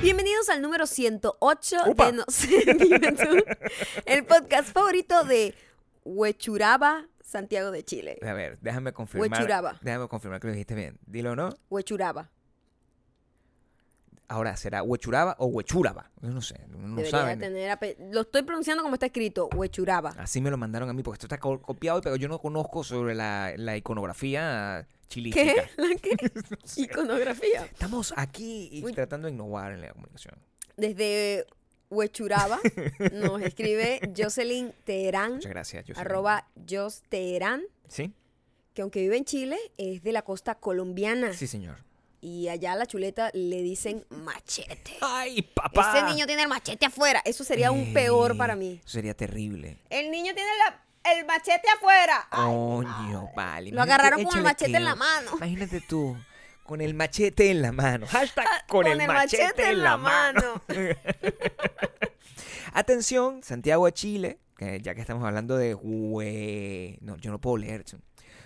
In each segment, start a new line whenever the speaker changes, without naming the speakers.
Bienvenidos al número 108
Upa.
de No sé, dime tú, el podcast favorito de Huechuraba, Santiago de Chile.
A ver, déjame confirmar.
Huechuraba.
Déjame confirmar que lo dijiste bien. Dilo, ¿no?
Huechuraba.
Ahora, ¿será Huechuraba o Huechuraba? Yo No sé, no no
Debería
saben.
tener ape- Lo estoy pronunciando como está escrito, Huechuraba.
Así me lo mandaron a mí, porque esto está co- copiado, pero yo no conozco sobre la, la iconografía chilística.
¿Qué? ¿La qué? Iconografía.
Estamos aquí y
Uy.
tratando de innovar en la comunicación.
Desde Huechuraba nos escribe Jocelyn Teherán,
Muchas gracias. Jocelyn.
arroba Jos Teherán,
¿Sí?
que aunque vive en Chile, es de la costa colombiana.
Sí, señor.
Y allá a la chuleta le dicen machete.
¡Ay, papá!
Ese niño tiene el machete afuera. Eso sería un peor
Ey,
para mí.
Eso sería terrible.
El niño tiene la- el machete afuera. Ah, Ay,
Coño, vale.
Lo
imagínate
agarraron con el machete en
chalequeo.
la mano.
Imagínate tú, con el machete en la mano. Hashtag con, el, machete, en la mano. Atención, Santiago de Chile, que ya que estamos hablando de hue... No, yo no puedo leer. chum.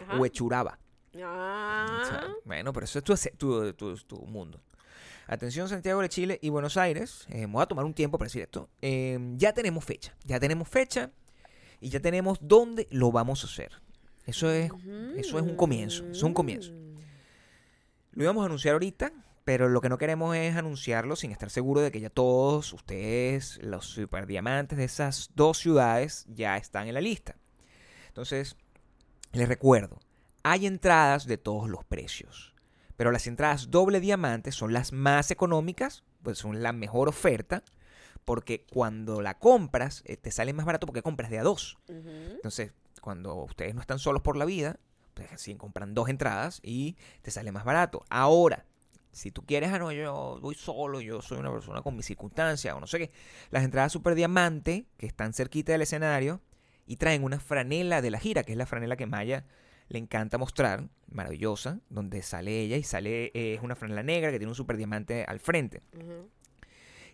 Ajá.
Huechuraba. O sea,
Ah.
bueno, pero eso es tu, ace- tu, tu- tu mundo. Atención, Santiago de Chile y Buenos Aires. Eh, me voy a tomar un tiempo para decir esto. Eh, ya tenemos fecha. Ya tenemos fecha y ya tenemos dónde lo vamos a hacer. Eso es, eso es un comienzo. Eso es un comienzo. Lo íbamos a anunciar ahorita, pero lo que no queremos es anunciarlo sin estar seguro de que ya todos ustedes, los superdiamantes de esas dos ciudades, ya están en la lista. Entonces, les recuerdo, hay entradas de todos los precios, pero las entradas doble diamante son las más económicas, pues son la mejor oferta, porque cuando la compras eh, te sale más barato porque compras de a dos.
Ujú.
Entonces, cuando ustedes no están solos por la vida, pues así compran dos entradas y te sale más barato. Ahora, si tú quieres, ah, no, yo voy solo, yo soy una persona con mis circunstancias o no sé qué, las entradas Super Diamante, que están cerquita del escenario, y traen una franela de la gira, que es la franela que Maya le encanta mostrar, maravillosa, donde sale ella y sale, eh, es una franela negra que tiene un Super Diamante al frente.
Ujú.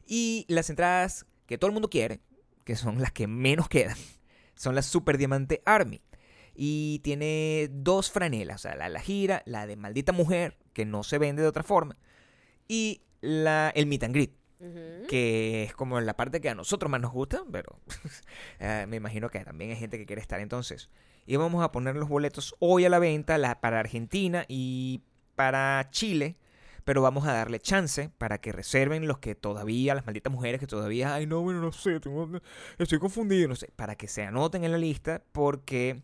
Y las entradas que todo el mundo quiere, que son las que menos quedan, son las Super Diamante Army. Y tiene dos franelas, o sea, la, de la gira, la de Maldita Mujer, que no se vende de otra forma, y la, el Meet and Greet,
Ujú.
que es como la parte que a nosotros más nos gusta, pero eh, me imagino que también hay gente que quiere estar entonces. Y vamos a poner los boletos hoy a la venta la- para Argentina y para Chile, pero vamos a darle chance para que reserven los que todavía, las malditas mujeres que todavía, ay no, bueno, no sé, tengo- estoy confundido, no sé, para que se anoten en la lista porque...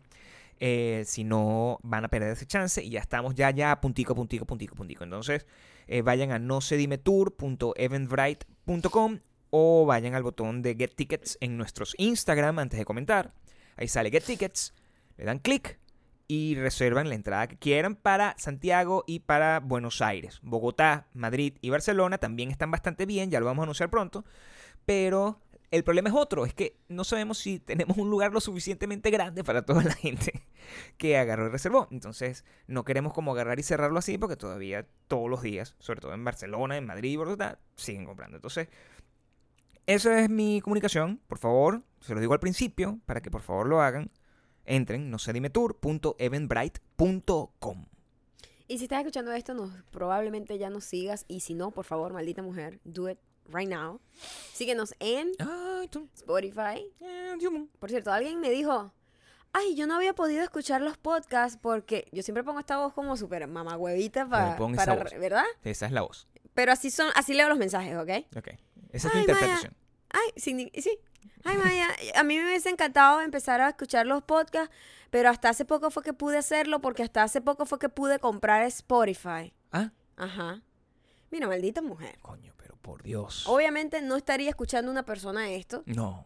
eh, si no, van a perder ese chance y ya estamos ya, ya, puntico, puntico, puntico, puntico. Entonces, eh, vayan a nosedimetur.eventbrite.com o vayan al botón de Get Tickets en nuestros Instagram antes de comentar. Ahí sale Get Tickets, le dan clic y reservan la entrada que quieran para Santiago y para Buenos Aires. Bogotá, Madrid y Barcelona también están bastante bien, ya lo vamos a anunciar pronto, pero el problema es otro, es que no sabemos si tenemos un lugar lo suficientemente grande para toda la gente que agarró y reservó. Entonces, no queremos como agarrar y cerrarlo así porque todavía todos los días, sobre todo en Barcelona, en Madrid y Bogotá, siguen comprando. Entonces, esa es mi comunicación. Por favor, se lo digo al principio para que por favor lo hagan. Entren, no sé, dime tour.eventbrite.com.
Y si estás escuchando esto, nos, probablemente ya nos sigas. Y si no, por favor, maldita mujer, do it right now. Síguenos en
Ay, tú,
Spotify.
eh, Dios mío.
Por cierto, alguien me dijo, ay, yo no había podido escuchar los podcasts porque yo siempre pongo esta voz como súper mamagüevita
Pero
pa-
pon esa
para,
voz.
¿verdad?
Esa es la voz.
Pero así son, así leo los mensajes, ¿ok?
Ok. Esa es tu
Ay, Maya.
interpretación.
Ay, signi- sí. Ay, Maya, a mí me hubiese encantado empezar a escuchar los podcasts, pero hasta hace poco fue que pude hacerlo porque hasta hace poco fue que pude comprar Spotify.
Ah,
Ajá. Mira, maldita mujer.
coño, pero por Dios.
Obviamente no estaría escuchando una persona esto
No.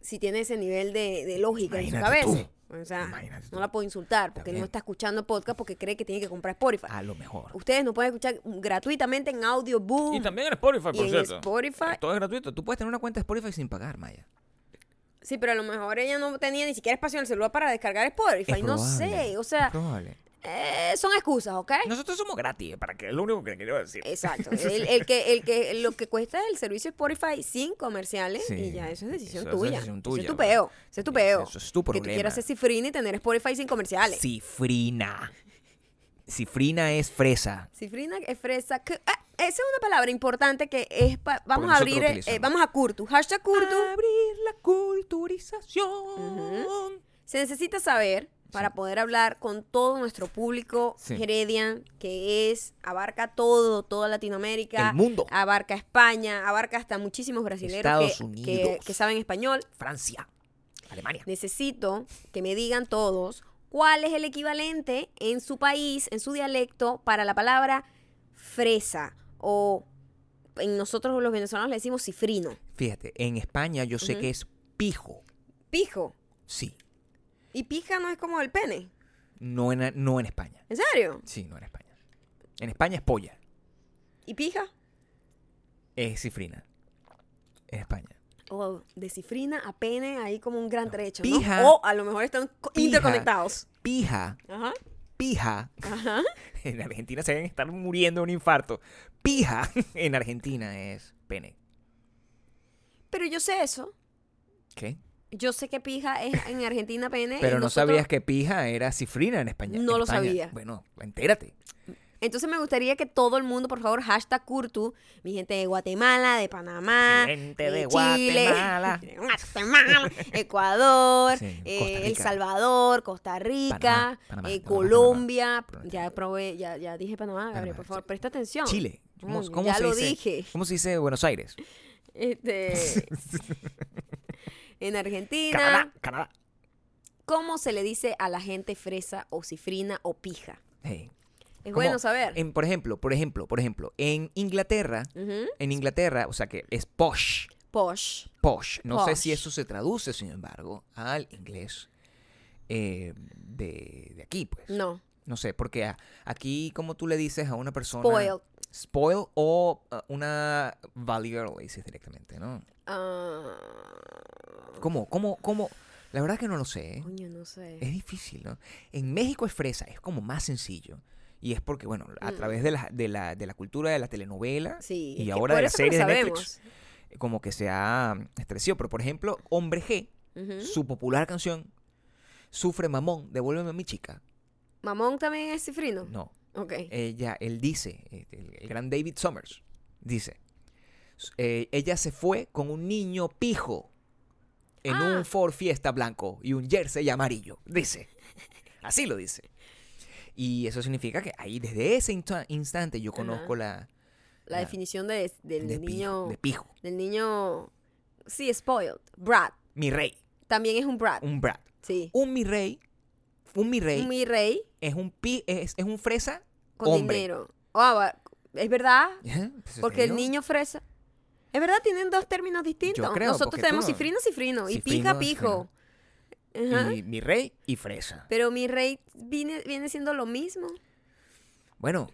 si tiene ese nivel de, de lógica
Imagínate
en su cabeza. O sea,
Imagínate tú.
no la puedo insultar porque
bien. Ah.
no está escuchando podcast porque cree que tiene que comprar Spotify.
A lo mejor.
Ustedes nos pueden escuchar gratuitamente en Audio Boom.
Y también en Spotify,
Y
por
en
cierto.
Spotify.
Todo es gratuito. Tú puedes tener una cuenta de Spotify sin pagar, Maya.
Sí, pero a lo mejor ella no tenía ni siquiera espacio en el celular para descargar Spotify.
Es
no
probable,
sé, o
es
sea,
probable.
eh, son excusas, ¿ok?
Nosotros somos gratis, eh, para que es lo único que quiero decir.
Exacto. El, el que, el que, lo que cuesta es el servicio Spotify sin comerciales
Sí,
eh, y ya eso es decisión
eso es
tuya.
decisión
Eso es
tuya,
tu
güey.
peo. Eso es tu peo.
Eso es tu
Que
problema.
tú quieras hacer cifrina y tener Spotify sin comerciales.
Cifrina. Cifrina es fresa.
Cifrina es fresa. que- ah, Esa es una palabra importante que es pa- vamos a
nosotros
abrir,
lo
eh,
utilizamos.
vamos a Curtu, hashtag Curtu.
Ah. Abrir la culturización.
Ujú. Se necesita saber para
Sí.
poder hablar con todo nuestro público
Sí.
Heredian, que es, abarca todo, toda Latinoamérica.
El mundo.
Abarca España, abarca hasta muchísimos brasileños
Estados
que,
Unidos.
que- que saben español.
Francia. Alemania.
Necesito que me digan todos cuál es el equivalente en su país, en su dialecto, para la palabra fresa o en nosotros los venezolanos le decimos cifrino.
Fíjate, en España yo sé
Ujú.
que es pijo.
Pijo.
Sí.
Y pija no es como el pene.
No en, no en España.
¿En serio?
Sí, no en España. En España es polla.
¿Y pija?
Es cifrina. En España.
O de cifrina a pene, ahí como un gran trecho. ¿no?
Pija.
O a lo mejor están co-
Pija.
interconectados.
Pija.
Ajá.
Pija.
Ajá.
En Argentina se deben estar muriendo de un infarto. Pija. En Argentina es pene.
Pero yo sé eso.
¿Qué?
Yo sé que pija es en Argentina pene.
Pero
y
no
nosotros-
sabías que pija era cifrina en España.
No
en
lo
España.
sabía.
Bueno, entérate.
Entonces me gustaría que todo el mundo, por favor, hashtag Curtu, mi gente de Guatemala, de Panamá,
Gente de
Chile,
Guatemala.
de Guatemala, Ecuador,
Sí,
eh,
Costa
El
Rica.
Salvador, Costa Rica,
Panamá, Panamá,
eh,
Panamá,
Colombia,
Panamá.
ya probé, ya, ya dije Panamá, Gabriel,
Panamá,
por favor,
sí.
presta atención.
Chile. ¿Cómo,
Mm,
cómo
ya
se
lo
dice?
dije.
¿Cómo se dice Buenos Aires?
Este, en Argentina,
Canadá, Canadá.
¿cómo se le dice a la gente fresa o cifrina o pija?
Hey.
Es
¿Cómo?
bueno saber.
En, por ejemplo, por ejemplo, por ejemplo, en Inglaterra,
Ujú.
en Inglaterra, o sea que es posh,
Posh.
posh. No sé
Posh.
si eso se traduce, sin embargo, al inglés eh, de, de aquí, pues.
No.
No sé, porque a- aquí, como tú le dices a una persona.
Spoiled.
Spoil o uh, una valier, le dices directamente, ¿no?
Ah,
¿Cómo, cómo, cómo? La verdad que no lo sé. ¿eh?
Coño, no sé.
Es difícil, ¿no? En México es fresa, es como más sencillo. Y es porque, bueno, a
Mm.
través de la, de, la, de la cultura de la telenovela
Sí. es
y
que
ahora
por
de la
eso que lo
serie de
sabemos.
Netflix, como que se ha mm, estrecido. Pero, por ejemplo, Hombre G,
Ujú.
su popular canción, Sufre Mamón, Devuélveme a mi chica.
Mamón también es cifrino.
No,
Ok.
ella, él dice, eh, el, el gran David Summers, dice, s- eh, ella se fue con un niño pijo en
Ah.
un Ford Fiesta blanco y un jersey amarillo, dice. Así lo dice. Y eso significa que ahí, desde ese insta- instante, yo conozco la...
la
la-
definición de, del
de
niño.
Pijo, de pijo.
Del niño. Sí, spoiled. Brat.
Mi rey,
También es un brat.
un brat.
sí.
Un mi rey, un mi rey,
Un mi rey
es, un pi, es, es un fresa
con
hombre.
dinero. Ah, va- es verdad.
Ajá, pues,
Porque el
¿no?
niño fresa. Es verdad, tienen dos términos distintos.
Yo creo,
Nosotros
porque
tenemos
tú-
cifrino, cifrino. Y pija,
Cifrino,
pijo. Ajá.
Y mi rey y fresa.
Pero mi rey viene, viene siendo lo mismo.
Bueno,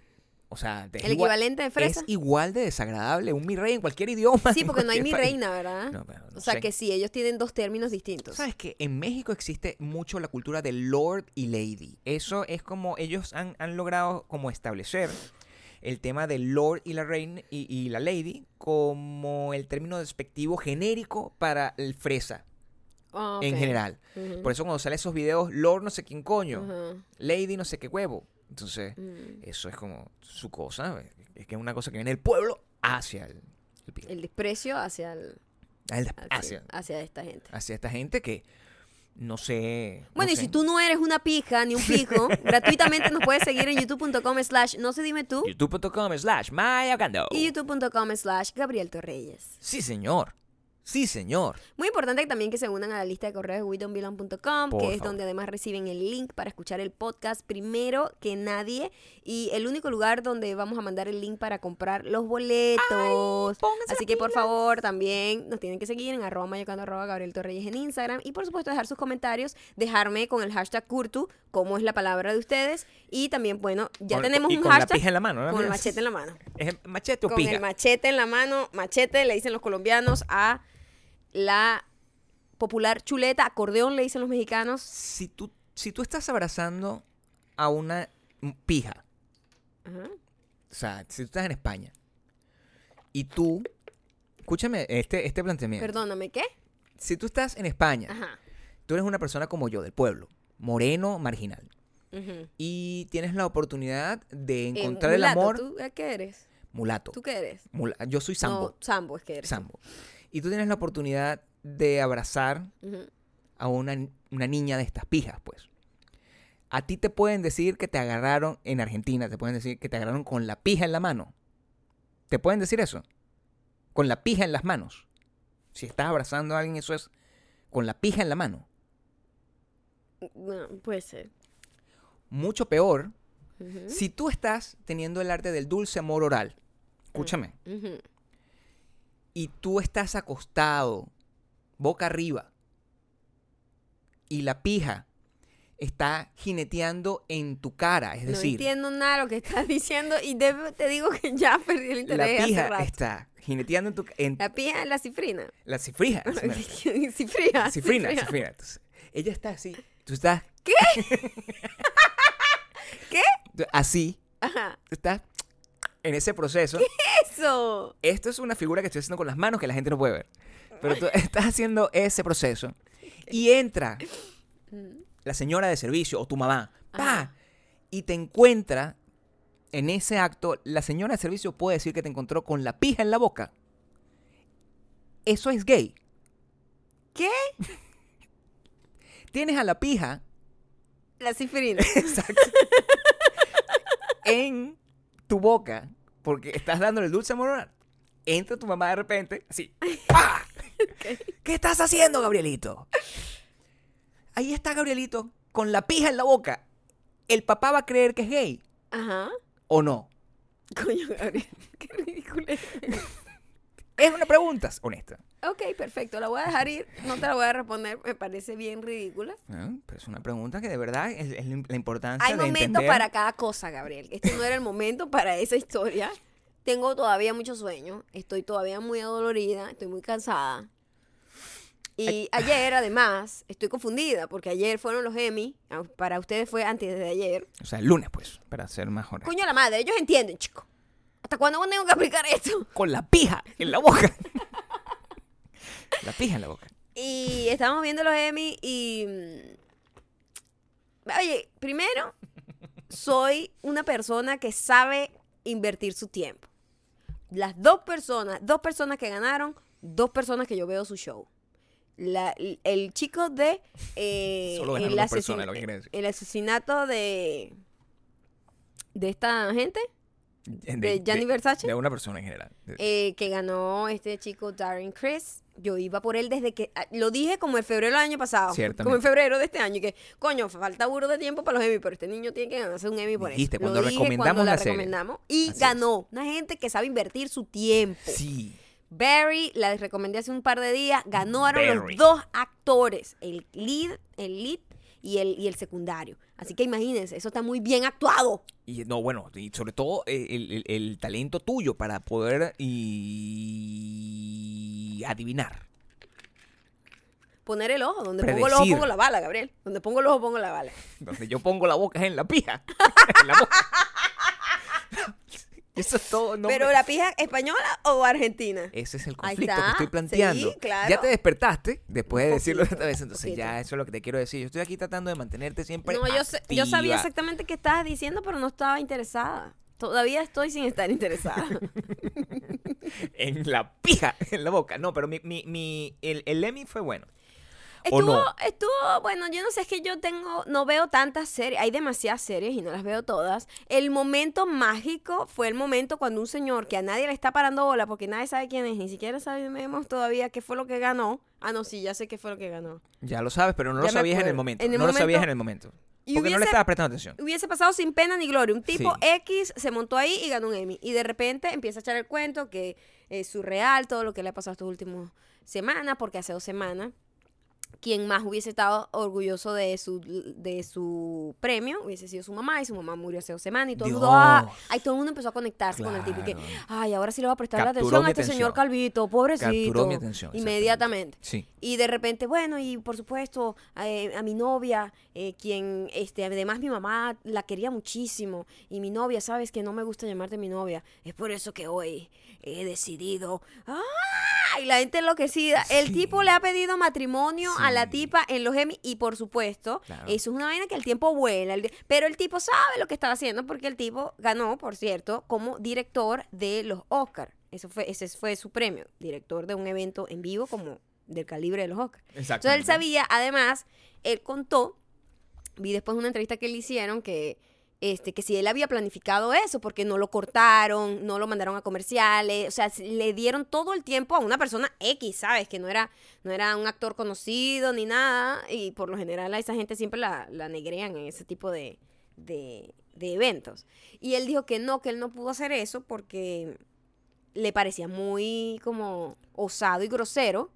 o sea, es
El
igual-
equivalente de fresa.
Es igual de desagradable un mi rey en cualquier idioma.
Sí,
en
porque no hay mi
cualquier
reina, ¿verdad?
país. No, pero no
o sea
sé.
que sí, ellos tienen dos términos distintos.
Sabes que en México existe mucho la cultura de lord y lady. Eso es como ellos han, han logrado como establecer el tema del lord y la reina y, y la lady como el término despectivo genérico para el fresa
Ah, ok. Mm.
en general.
Ujú,
Por eso cuando salen esos videos, lord no sé quién coño,
ajá,
lady no sé qué huevo. Entonces,
mm.
eso es como su cosa. Es que es una cosa que viene del pueblo hacia el, el pico.
El desprecio hacia, el-
Al des-
hacia,
hacia,
hacia esta gente.
hacia esta gente que no sé. no
Bueno, y
sé.
si tú no eres una pija ni un pijo, gratuitamente nos puedes seguir en youtube.com slash no se dime tú
YouTube.com slash Maya Gandolf.
y youtube.com slash Gabriel Torreyes.
Sí, señor. Sí, señor.
Muy importante también que se unan a la lista de correos de WeDon'tBelong.com,
Por
que es
favor.
donde además reciben el link para escuchar el podcast primero que nadie y el único lugar donde vamos a mandar el link para comprar los boletos.
Pónganse
Así
las
que por
pilas.
favor también nos tienen que seguir en arroba mayocando arroba Gabriel Torreyes en Instagram y por supuesto dejar sus comentarios, dejarme con el hashtag Curtu, cómo es la palabra de ustedes y también bueno, ya
Con-
tenemos
y
un
con la pija
hashtag
en la mano. ¿no?
con el
Mira,
machete en la mano.
¿Es machete o
Con
pija?
el machete en la mano, machete le dicen los colombianos a la popular chuleta, acordeón le dicen los mexicanos.
si, tú, si tú estás abrazando a una m- pija,
Ajá.
o sea, si tú estás en España y tú. Escúchame este, este planteamiento.
Perdóname, ¿qué?
Si tú estás en España,
Ajá.
tú eres una persona como yo, del pueblo, moreno, marginal.
Ujú.
y tienes la oportunidad de
Eh,
encontrar el
mulato,
amor.
¿tú, eh, ¿Qué eres?
mulato.
¿Tú qué eres?
Mula- yo soy sambo.
No, sambo es que eres.
sambo. Y tú tienes la oportunidad de abrazar
Ujú.
a una, ni- una niña de estas pijas, pues. A ti te pueden decir que te agarraron en Argentina, te pueden decir que te agarraron con la pija en la mano. ¿Te pueden decir eso? Con la pija en las manos. Si estás abrazando a alguien, eso es con la pija en la mano.
No, puede ser.
Mucho peor
Ujú.
si tú estás teniendo el arte del dulce amor oral. Escúchame.
Ujú.
y tú estás acostado, boca arriba, y la pija está jineteando en tu cara, es
No
decir,
entiendo nada de lo que estás diciendo y debo- te digo que ya perdí el
la
interés hace
pija
rato.
está jineteando en tu en
La pija es la cifrina.
la cifrija,
cifrina, cifrina.
cifrina, cifrina. Entonces, ella está así, tú estás
¿Qué?
tú- así,
Ajá.
tú estás en ese proceso.
Eso.
Esto es una figura que estoy haciendo con las manos que la gente no puede ver. Pero tú estás haciendo ese proceso y entra la señora de servicio o tu mamá, pa,
Ajá.
y te encuentra en ese acto, la señora de servicio puede decir que te encontró con la pija en la boca. Eso es gay.
¿Qué?
Tienes a la pija
La cifrina.
exacto, en tu boca porque estás dándole el dulce amor oral. Entra tu mamá de repente, así. ¡pa! ¿Qué estás haciendo, Gabrielito? Ahí está Gabrielito con la pija en la boca. El papá va a creer que es gay
Ajá.
o no.
Coño, Gabriel. Qué ridículo. eres.
Es una pregunta honesta.
ok, perfecto. La voy a dejar ir. No te la voy a responder. Me parece bien ridícula.
Ah, pero es una pregunta que de verdad es, es la importancia
Hay
de
momentos
entender.
para cada cosa, Gabriel. Este no era el momento para esa historia. Tengo todavía mucho sueño. Estoy todavía muy adolorida. Estoy muy cansada. Y ayer, además, estoy confundida porque ayer fueron los Emmy. Ah, Para ustedes fue antes de ayer.
O sea, el lunes, pues, para ser más honesto.
Coño, la madre, ellos entienden, chico. ¿Hasta cuándo tengo que aplicar esto?
Con la pija en la boca. la pija en la boca.
Y estábamos viendo los Emmy y. mm, Oye, primero, soy una persona que sabe invertir su tiempo. Las dos personas, dos personas que ganaron, dos personas que yo veo su show. La- el, el chico de. eh,
Solo
el,
ganaron dos personas,
asesin-
lo que quiere decir.
el asesinato de. de esta gente ¿De Gianni Versace?
De una persona en general. De-
eh, que ganó este chico Darren Chris. Yo iba por él desde que. ah, Lo dije como en febrero del año pasado.
Ciertamente.
Como en febrero de este año. Y que, coño, falta burro de tiempo para los Emmy, pero este niño tiene que ganarse un Emmy por
Dijiste,
eso.
cuando
lo dije
recomendamos
cuando la
la serie.
recomendamos. Y
Así es.
ganó. Una gente que sabe invertir su tiempo.
Sí.
Barry, la recomendé hace un par de días, ganaron
Barry.
los dos actores, el lead, el lead y el, y el secundario. Así que imagínense, eso está muy bien actuado.
Y no, bueno, y sobre todo eh, el, el- el talento tuyo para poder y adivinar.
Poner el ojo, donde pongo el ojo
Predecir.
pongo la bala, Gabriel. Donde pongo el ojo pongo la bala.
Donde yo pongo la boca es en la pija. En la boca. Eso es todo. no
¿Pero
me-
la pija española o argentina?
Ese es el
Ahí
conflicto que
está.
estoy planteando.
Sí, claro.
Ya te despertaste después de
Un
decirlo
poquito,
esta vez.
un
Entonces
poquito.
ya eso es lo que te quiero decir. Yo estoy aquí tratando de mantenerte siempre.
No, yo, sé- yo sabía
activa.
exactamente qué estabas diciendo, pero no estaba interesada. Todavía estoy sin estar interesada.
En la pija, en la boca. No, pero mi, mi, mi- el, el Emmy fue bueno. ¿O
Estuvo,
no?
estuvo, bueno, yo no sé, es que yo tengo, no veo tantas series, hay demasiadas series y no las veo todas. El momento mágico fue el momento cuando un señor que a nadie le está parando bola, porque nadie sabe quién es, ni siquiera sabemos todavía qué fue lo que ganó. Ah, no, sí, ya sé qué fue lo que ganó.
Ya lo sabes, pero no lo
Ya me
sabías en el
acuerdo.
momento.
En el
no lo sabías
momento-
en el momento.
Y
Porque no le
hubiese-
estabas prestando atención.
Hubiese pasado sin pena ni gloria. Un tipo
Sí.
X se montó ahí y ganó un Emmy. Y de repente empieza a echar el cuento que es surreal todo lo que le ha pasado estas últimas semanas, porque hace dos semanas, quien más hubiese estado orgulloso de su, de su premio hubiese sido su mamá, y su mamá murió hace dos semanas, y todo el mundo,
Dios.
ah, ahí todo el mundo empezó a conectarse con el tipo y que,
Claro.
ay, ahora sí le voy a prestar la
Capturó
atención
mi
a este
atención.
señor Calvito, pobrecito.
Capturó mi atención, exactamente.
Inmediatamente.
Sí.
Y de repente, bueno, y por supuesto, eh, a mi novia, eh, quien, este, además mi mamá la quería muchísimo, y mi novia, sabes que no me gusta llamarte mi novia, es por eso que hoy he decidido, ¡ah! Y la gente enloquecida, el
Sí.
tipo le ha pedido matrimonio a la
Sí.
tipa en los Emmy y por supuesto,
Claro.
eso es una vaina que el tiempo vuela. el- Pero el tipo sabe lo que estaba haciendo porque el tipo ganó, por cierto, como director de los Oscars. Eso fue, ese fue su premio, director de un evento en vivo como del calibre de los Oscars.
Exacto.
Entonces él sabía, además, él contó, vi después una entrevista que le hicieron que este que si él había planificado eso porque no lo cortaron, no lo mandaron a comerciales, o sea, s- le dieron todo el tiempo a una persona X, ¿sabes? Que no era no era un actor conocido ni nada y por lo general a esa gente siempre la, la negrean en ese tipo de, de de eventos. Y él dijo que no, que él no pudo hacer eso porque le parecía muy como osado y grosero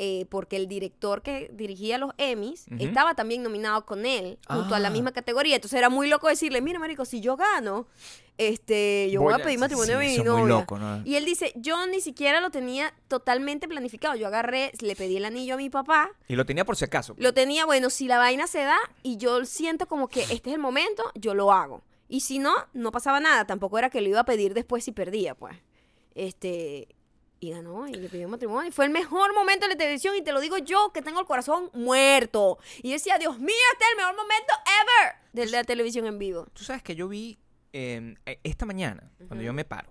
eh, porque el director que dirigía los Emmys
Ujú.
estaba también nominado con él junto a la
Ah.
misma categoría. Entonces era muy loco decirle, mira, marico, si yo gano, este, yo voy,
Voy
a
a-
pedir matrimonio
sí,
a mi
eso es muy
novia".
loco, ¿no?
Y él dice, yo ni siquiera lo tenía totalmente planificado. Yo agarré, le pedí el anillo a mi papá,
Y lo tenía por si acaso.
lo tenía, bueno, si la vaina se da y yo siento como que este es el momento, yo lo hago. Y si no, no pasaba nada. Tampoco era que lo iba a pedir después si perdía, pues. Este. Y ganó, y le pidió matrimonio. Y fue el mejor momento de la televisión. Y te lo digo yo, que tengo el corazón muerto. Y yo decía, Dios mío, este es el mejor momento ever de la televisión en vivo.
Tú sabes que yo vi eh, esta mañana, cuando yo me paro,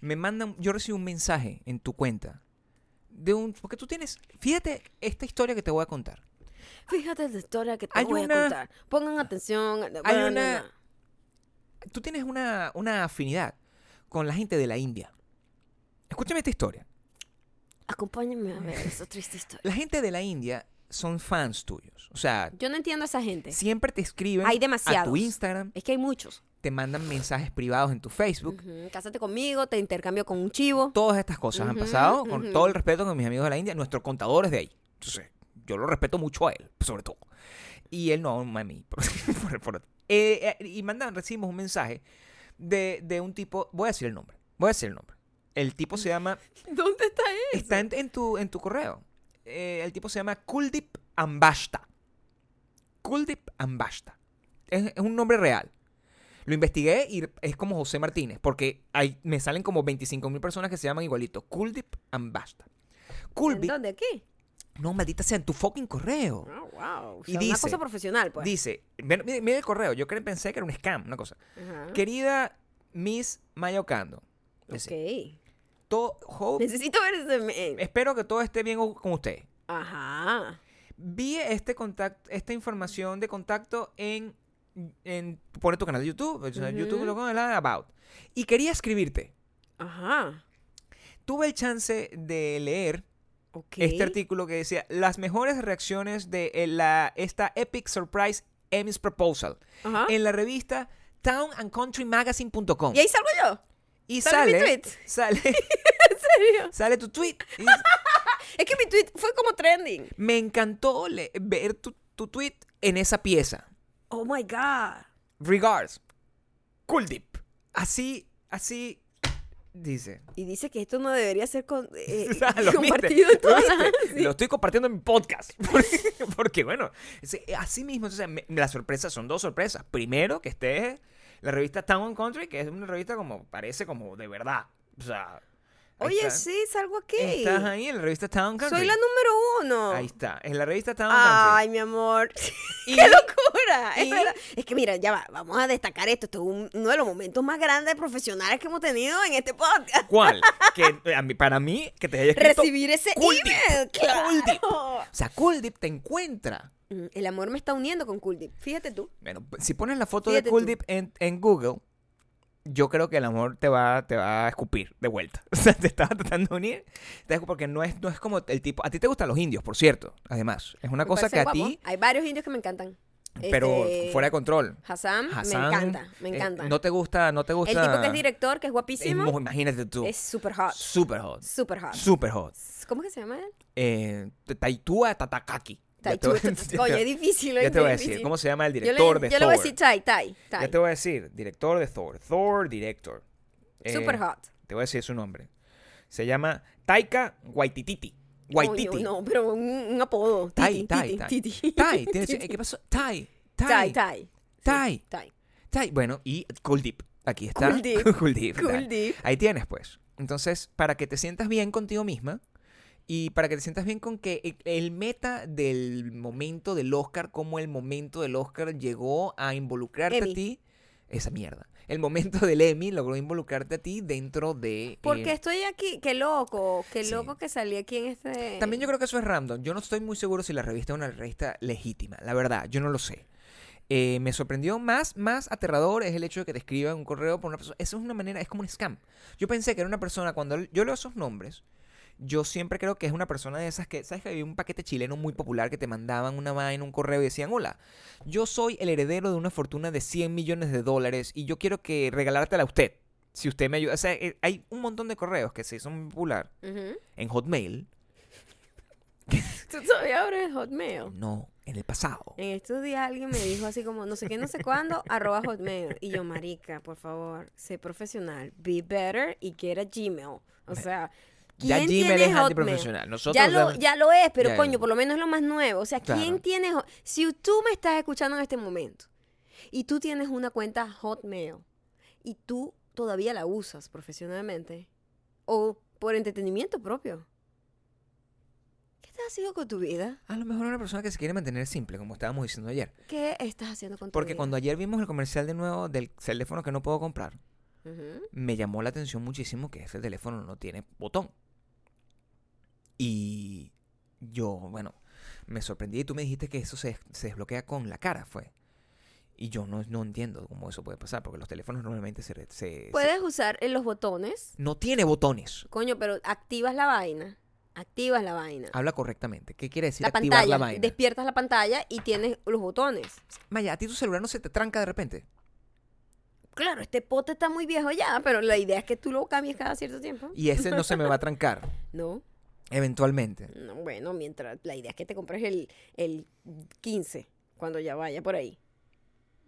me mandan, yo recibo un mensaje en tu cuenta de un, porque tú tienes, fíjate esta historia que te voy a contar.
Fíjate la historia que te
Hay
voy a
una-
contar. Pongan atención.
Hay
Bueno,
una-
no.
Tú tienes una, una afinidad con la gente de la India. Escúchame esta historia.
Acompáñenme a ver esa triste historia.
La gente de la India son fans tuyos. O sea,
Yo no entiendo a esa gente.
siempre te escriben
Hay
a
demasiados.
tu Instagram,
Es que hay muchos.
te mandan mensajes privados en tu Facebook.
Ujú, Cásate conmigo, te intercambio con un chivo.
Todas estas cosas han
Ujú,
pasado,
ujú.
con todo el respeto con mis amigos de la India, nuestro contador es de ahí. Entonces, yo lo respeto mucho a él, sobre todo. Y él no, a mí. por- por- por- Eh, eh, y mandan, recibimos un mensaje de, de un tipo, voy a decir el nombre, voy a decir el nombre. El tipo se llama,
¿Dónde está él?
está en, en tu, en tu correo. Eh, el tipo se llama Kuldip Ambashta. Kuldip Ambashta. Es, es un nombre real. Lo investigué y es como José Martínez, porque hay, me salen como 25 mil personas que se llaman igualito. Kuldip Ambashta. Kuldip,
¿Dónde? ¿Aquí?
no, maldita sea, en tu fucking correo.
Ah, wow. O
Y
sea, una
dice-
cosa profesional, pues.
Dice, mira, mira- mira el correo, yo cre- pensé que era un scam, una cosa.
Ajá.
Querida Miss Mayocando, dice,
Ok.
"To- hope-
Necesito ver ese mail.
espero que todo esté bien con usted.
Ajá.
vi este contacto, esta información de contacto en, en pone tu canal de YouTube, o sea,
Ujú.
youtube.com slash about. Y quería escribirte.
Ajá.
Tuve el chance de leer
Ok.
este artículo que decía las mejores reacciones de eh, la, esta Epic Surprise Emmys Proposal
Ajá.
en la revista
Ah.
townandcountrymagazine.com.
Y ahí salgo yo.
Y
sale mi
sale,
tweet.
sale,
serio?
sale tu tweet. Y
Es que mi tweet fue como trending.
me encantó le- ver tu, tu tweet en esa pieza.
Oh my God.
Regards. Kuldip. Así, así dice.
Y dice que esto no debería ser con, eh,
Lo
compartido
viste,
en todas
lo
las-
viste. Lo estoy compartiendo en mi podcast. Porque, porque, bueno, sí, así mismo, o sea, me- las sorpresas son dos sorpresas. Primero, que esté la revista Town and Country, que es una revista como, parece como de verdad. O sea, ahí
Oye,
está.
sí, salgo aquí.
Estás ahí en la revista Town and Country.
Soy la número uno.
Ahí está, en la revista Town and Country.
Ay, mi amor. ¡Qué locura! Es,
y-
verdad. Es que mira, ya va, vamos a destacar esto. Esto es un- uno de los momentos más grandes profesionales que hemos tenido en este podcast.
¿Cuál? Que eh, a mí, para mí, que te haya escrito.
Recibir ese
Cool Dip.
email.
Cool Dip.
claro.
O sea, Kuldip te encuentra.
Mm, El amor me está uniendo con Kuldip. Fíjate tú.
Bueno, p- si pones la foto
Fíjate
de
tú.
Kuldip en, en Google, yo creo que el amor te va, te va a escupir de vuelta. O sea, te estaba tratando de unir. te escu- Porque no es, no es como el tipo. A ti te gustan los indios, por cierto. Además, es una
Me
cosa
parece
que a
guapo.
ti,
Hay varios indios que me encantan.
pero
Este,
fuera de control.
Hassan, me
Hassan,
encanta, me
eh,
encanta.
no te gusta, no te gusta.
El tipo que es director, que es
es
guapísimo,
mo- imagínate tú.
es super hot.
Super hot.
Super hot.
Super hot.
¿Cómo que se llama él?
Eh, T- Taitúa Tatakaki. Ya te
Taichu,
voy-
esto- Coño, este- es difícil.
Ya te voy a
es
decir.
difícil.
¿Cómo se llama el
Yo le-
director de
Yo le voy a
Thor?
decir Tai, Tai, Tai.
Ya te voy a decir, director de Thor, Thor Director. Eh,
Super hot.
Te voy a decir su nombre. Se llama Taika Waitititi. Waititi.
Coño, no, pero un, un apodo.
Tai,
Titi,
Tai,
titi,
Tai.
titi.
Tai, tienes- eh, ¿qué pasó? Tai,
Tai,
Tai,
Tai. Sí,
Tai.
Tai.
Tai. Bueno, y Cool Deep. Aquí está.
Cool Deep.
Cool Deep,
Cool
tal.
Deep.
Ahí tienes, pues. Entonces, para que te sientas bien contigo misma, Y para que te sientas bien con que el- el meta del momento del Oscar, como el momento del Oscar llegó a involucrarte
Emmy.
a ti, esa mierda. El momento del Emmy logró involucrarte a ti dentro de...
Porque
eh,
estoy aquí, qué loco, qué
sí.
loco que salí aquí en este...
También yo creo que eso es random. Yo no estoy muy seguro si la revista es una revista legítima. La verdad, yo no lo sé. Eh, me sorprendió más, más aterrador es el hecho de que te escriban un correo por una persona. Eso es una manera, es como un scam. Yo pensé que era una persona, cuando yo leo esos nombres, yo siempre creo que es una persona de esas que, ¿sabes que había un paquete chileno muy popular que te mandaban una vaina, un correo y decían, hola, yo soy el heredero de una fortuna de 100 millones de dólares y yo quiero que regalártela a usted. Si usted me ayuda. O sea, eh, hay un montón de correos que se hizo muy popular
Ujú.
en Hotmail.
Tú todavía abres Hotmail.
No, en el pasado.
En estos días alguien me dijo así como, no sé qué, no sé cuándo, arroba Hotmail. Y yo, marica, por favor, sé profesional, be better y que era Gmail. O sea, ¿quién
Ya Gmail
tiene
es
Hotmail?
antiprofesional. Nosotros
Ya lo,
damos-
ya lo es, pero
Ya, ya.
coño, por lo menos es lo más nuevo. O sea,
Claro.
¿quién tiene... Hot- Si tú me estás escuchando en este momento y tú tienes una cuenta Hotmail y tú todavía la usas profesionalmente o por entretenimiento propio, ¿qué estás haciendo con tu vida?
A lo mejor una persona que se quiere mantener simple, como estábamos diciendo ayer.
¿Qué estás haciendo con tu
Porque
vida?
cuando ayer vimos el comercial de nuevo del teléfono que no puedo comprar,
Ujú.
me llamó la atención muchísimo que ese teléfono no tiene botón. Y yo, bueno, me sorprendí y tú me dijiste que eso se, se desbloquea con la cara, fue. Y yo no, no entiendo cómo eso puede pasar, porque los teléfonos normalmente se... re- se- se-
Puedes usar eh, los botones,
no tiene botones.
coño, pero activas la vaina. Activas la vaina.
Habla correctamente. ¿Qué quiere decir
La
Ah, activar
pantalla,
la vaina?
despiertas la pantalla y tienes los botones.
Maya, ¿a ti tu celular no se te tranca de repente?
Claro, este pote está muy viejo ya, pero la idea es que tú lo cambies cada cierto tiempo.
Y ese no se me va a trancar,
No,
eventualmente.
no, bueno, mientras la idea es que te compres el, el 15, cuando ya vaya por ahí,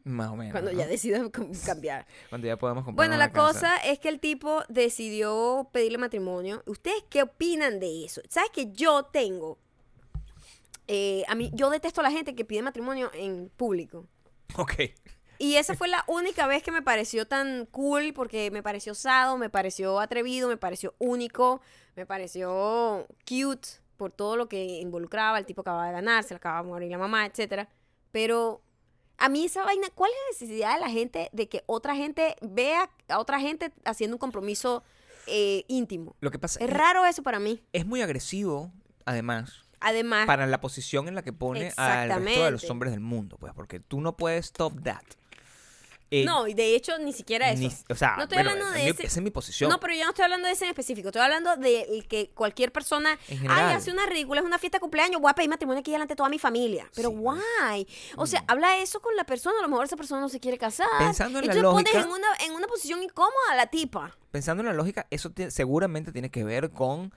Más o menos.
cuando
¿no?
ya decidas com- cambiar.
Cuando ya podamos comprar.
Bueno,
una
la
casa.
cosa es que el tipo decidió pedirle matrimonio. ¿Ustedes qué opinan de eso? ¿Sabes que yo tengo? eh, a mí, yo detesto a la gente que pide matrimonio en público.
Ok.
Y esa fue la única vez que me pareció tan cool porque me pareció osado, me pareció atrevido, me pareció único, me pareció cute por todo lo que involucraba, el tipo acababa de ganar, se le acababa de morir la mamá, etcétera. Pero a mí esa vaina, ¿cuál es la necesidad de la gente de que otra gente vea a otra gente haciendo un compromiso eh, íntimo?
Lo que pasa
Es
es,
raro eso para mí.
es muy agresivo, además,
Además,
para la posición en la que pone al resto de los
Ah. Exactamente.
hombres del mundo, pues, porque tú no puedes stop that. Eh,
no, y de hecho ni siquiera eso.
ni- o sea,
No estoy
bueno,
hablando
es
de
mi-
ese-
esa es mi posición.
No, pero yo no estoy hablando de ese en específico. Estoy hablando de el que cualquier persona.
En
Ay,
general.
hace una ridícula, es una fiesta de cumpleaños. Voy a pedir matrimonio aquí delante de toda mi familia. Pero,
Sí, ¿no?
guay. O sea, habla eso con la persona. A lo mejor esa persona no se quiere casar.
Pensando en la
Entonces pones
lógica-
en una, en una posición incómoda a la tipa.
Pensando en la lógica, eso tie- seguramente tiene que ver con.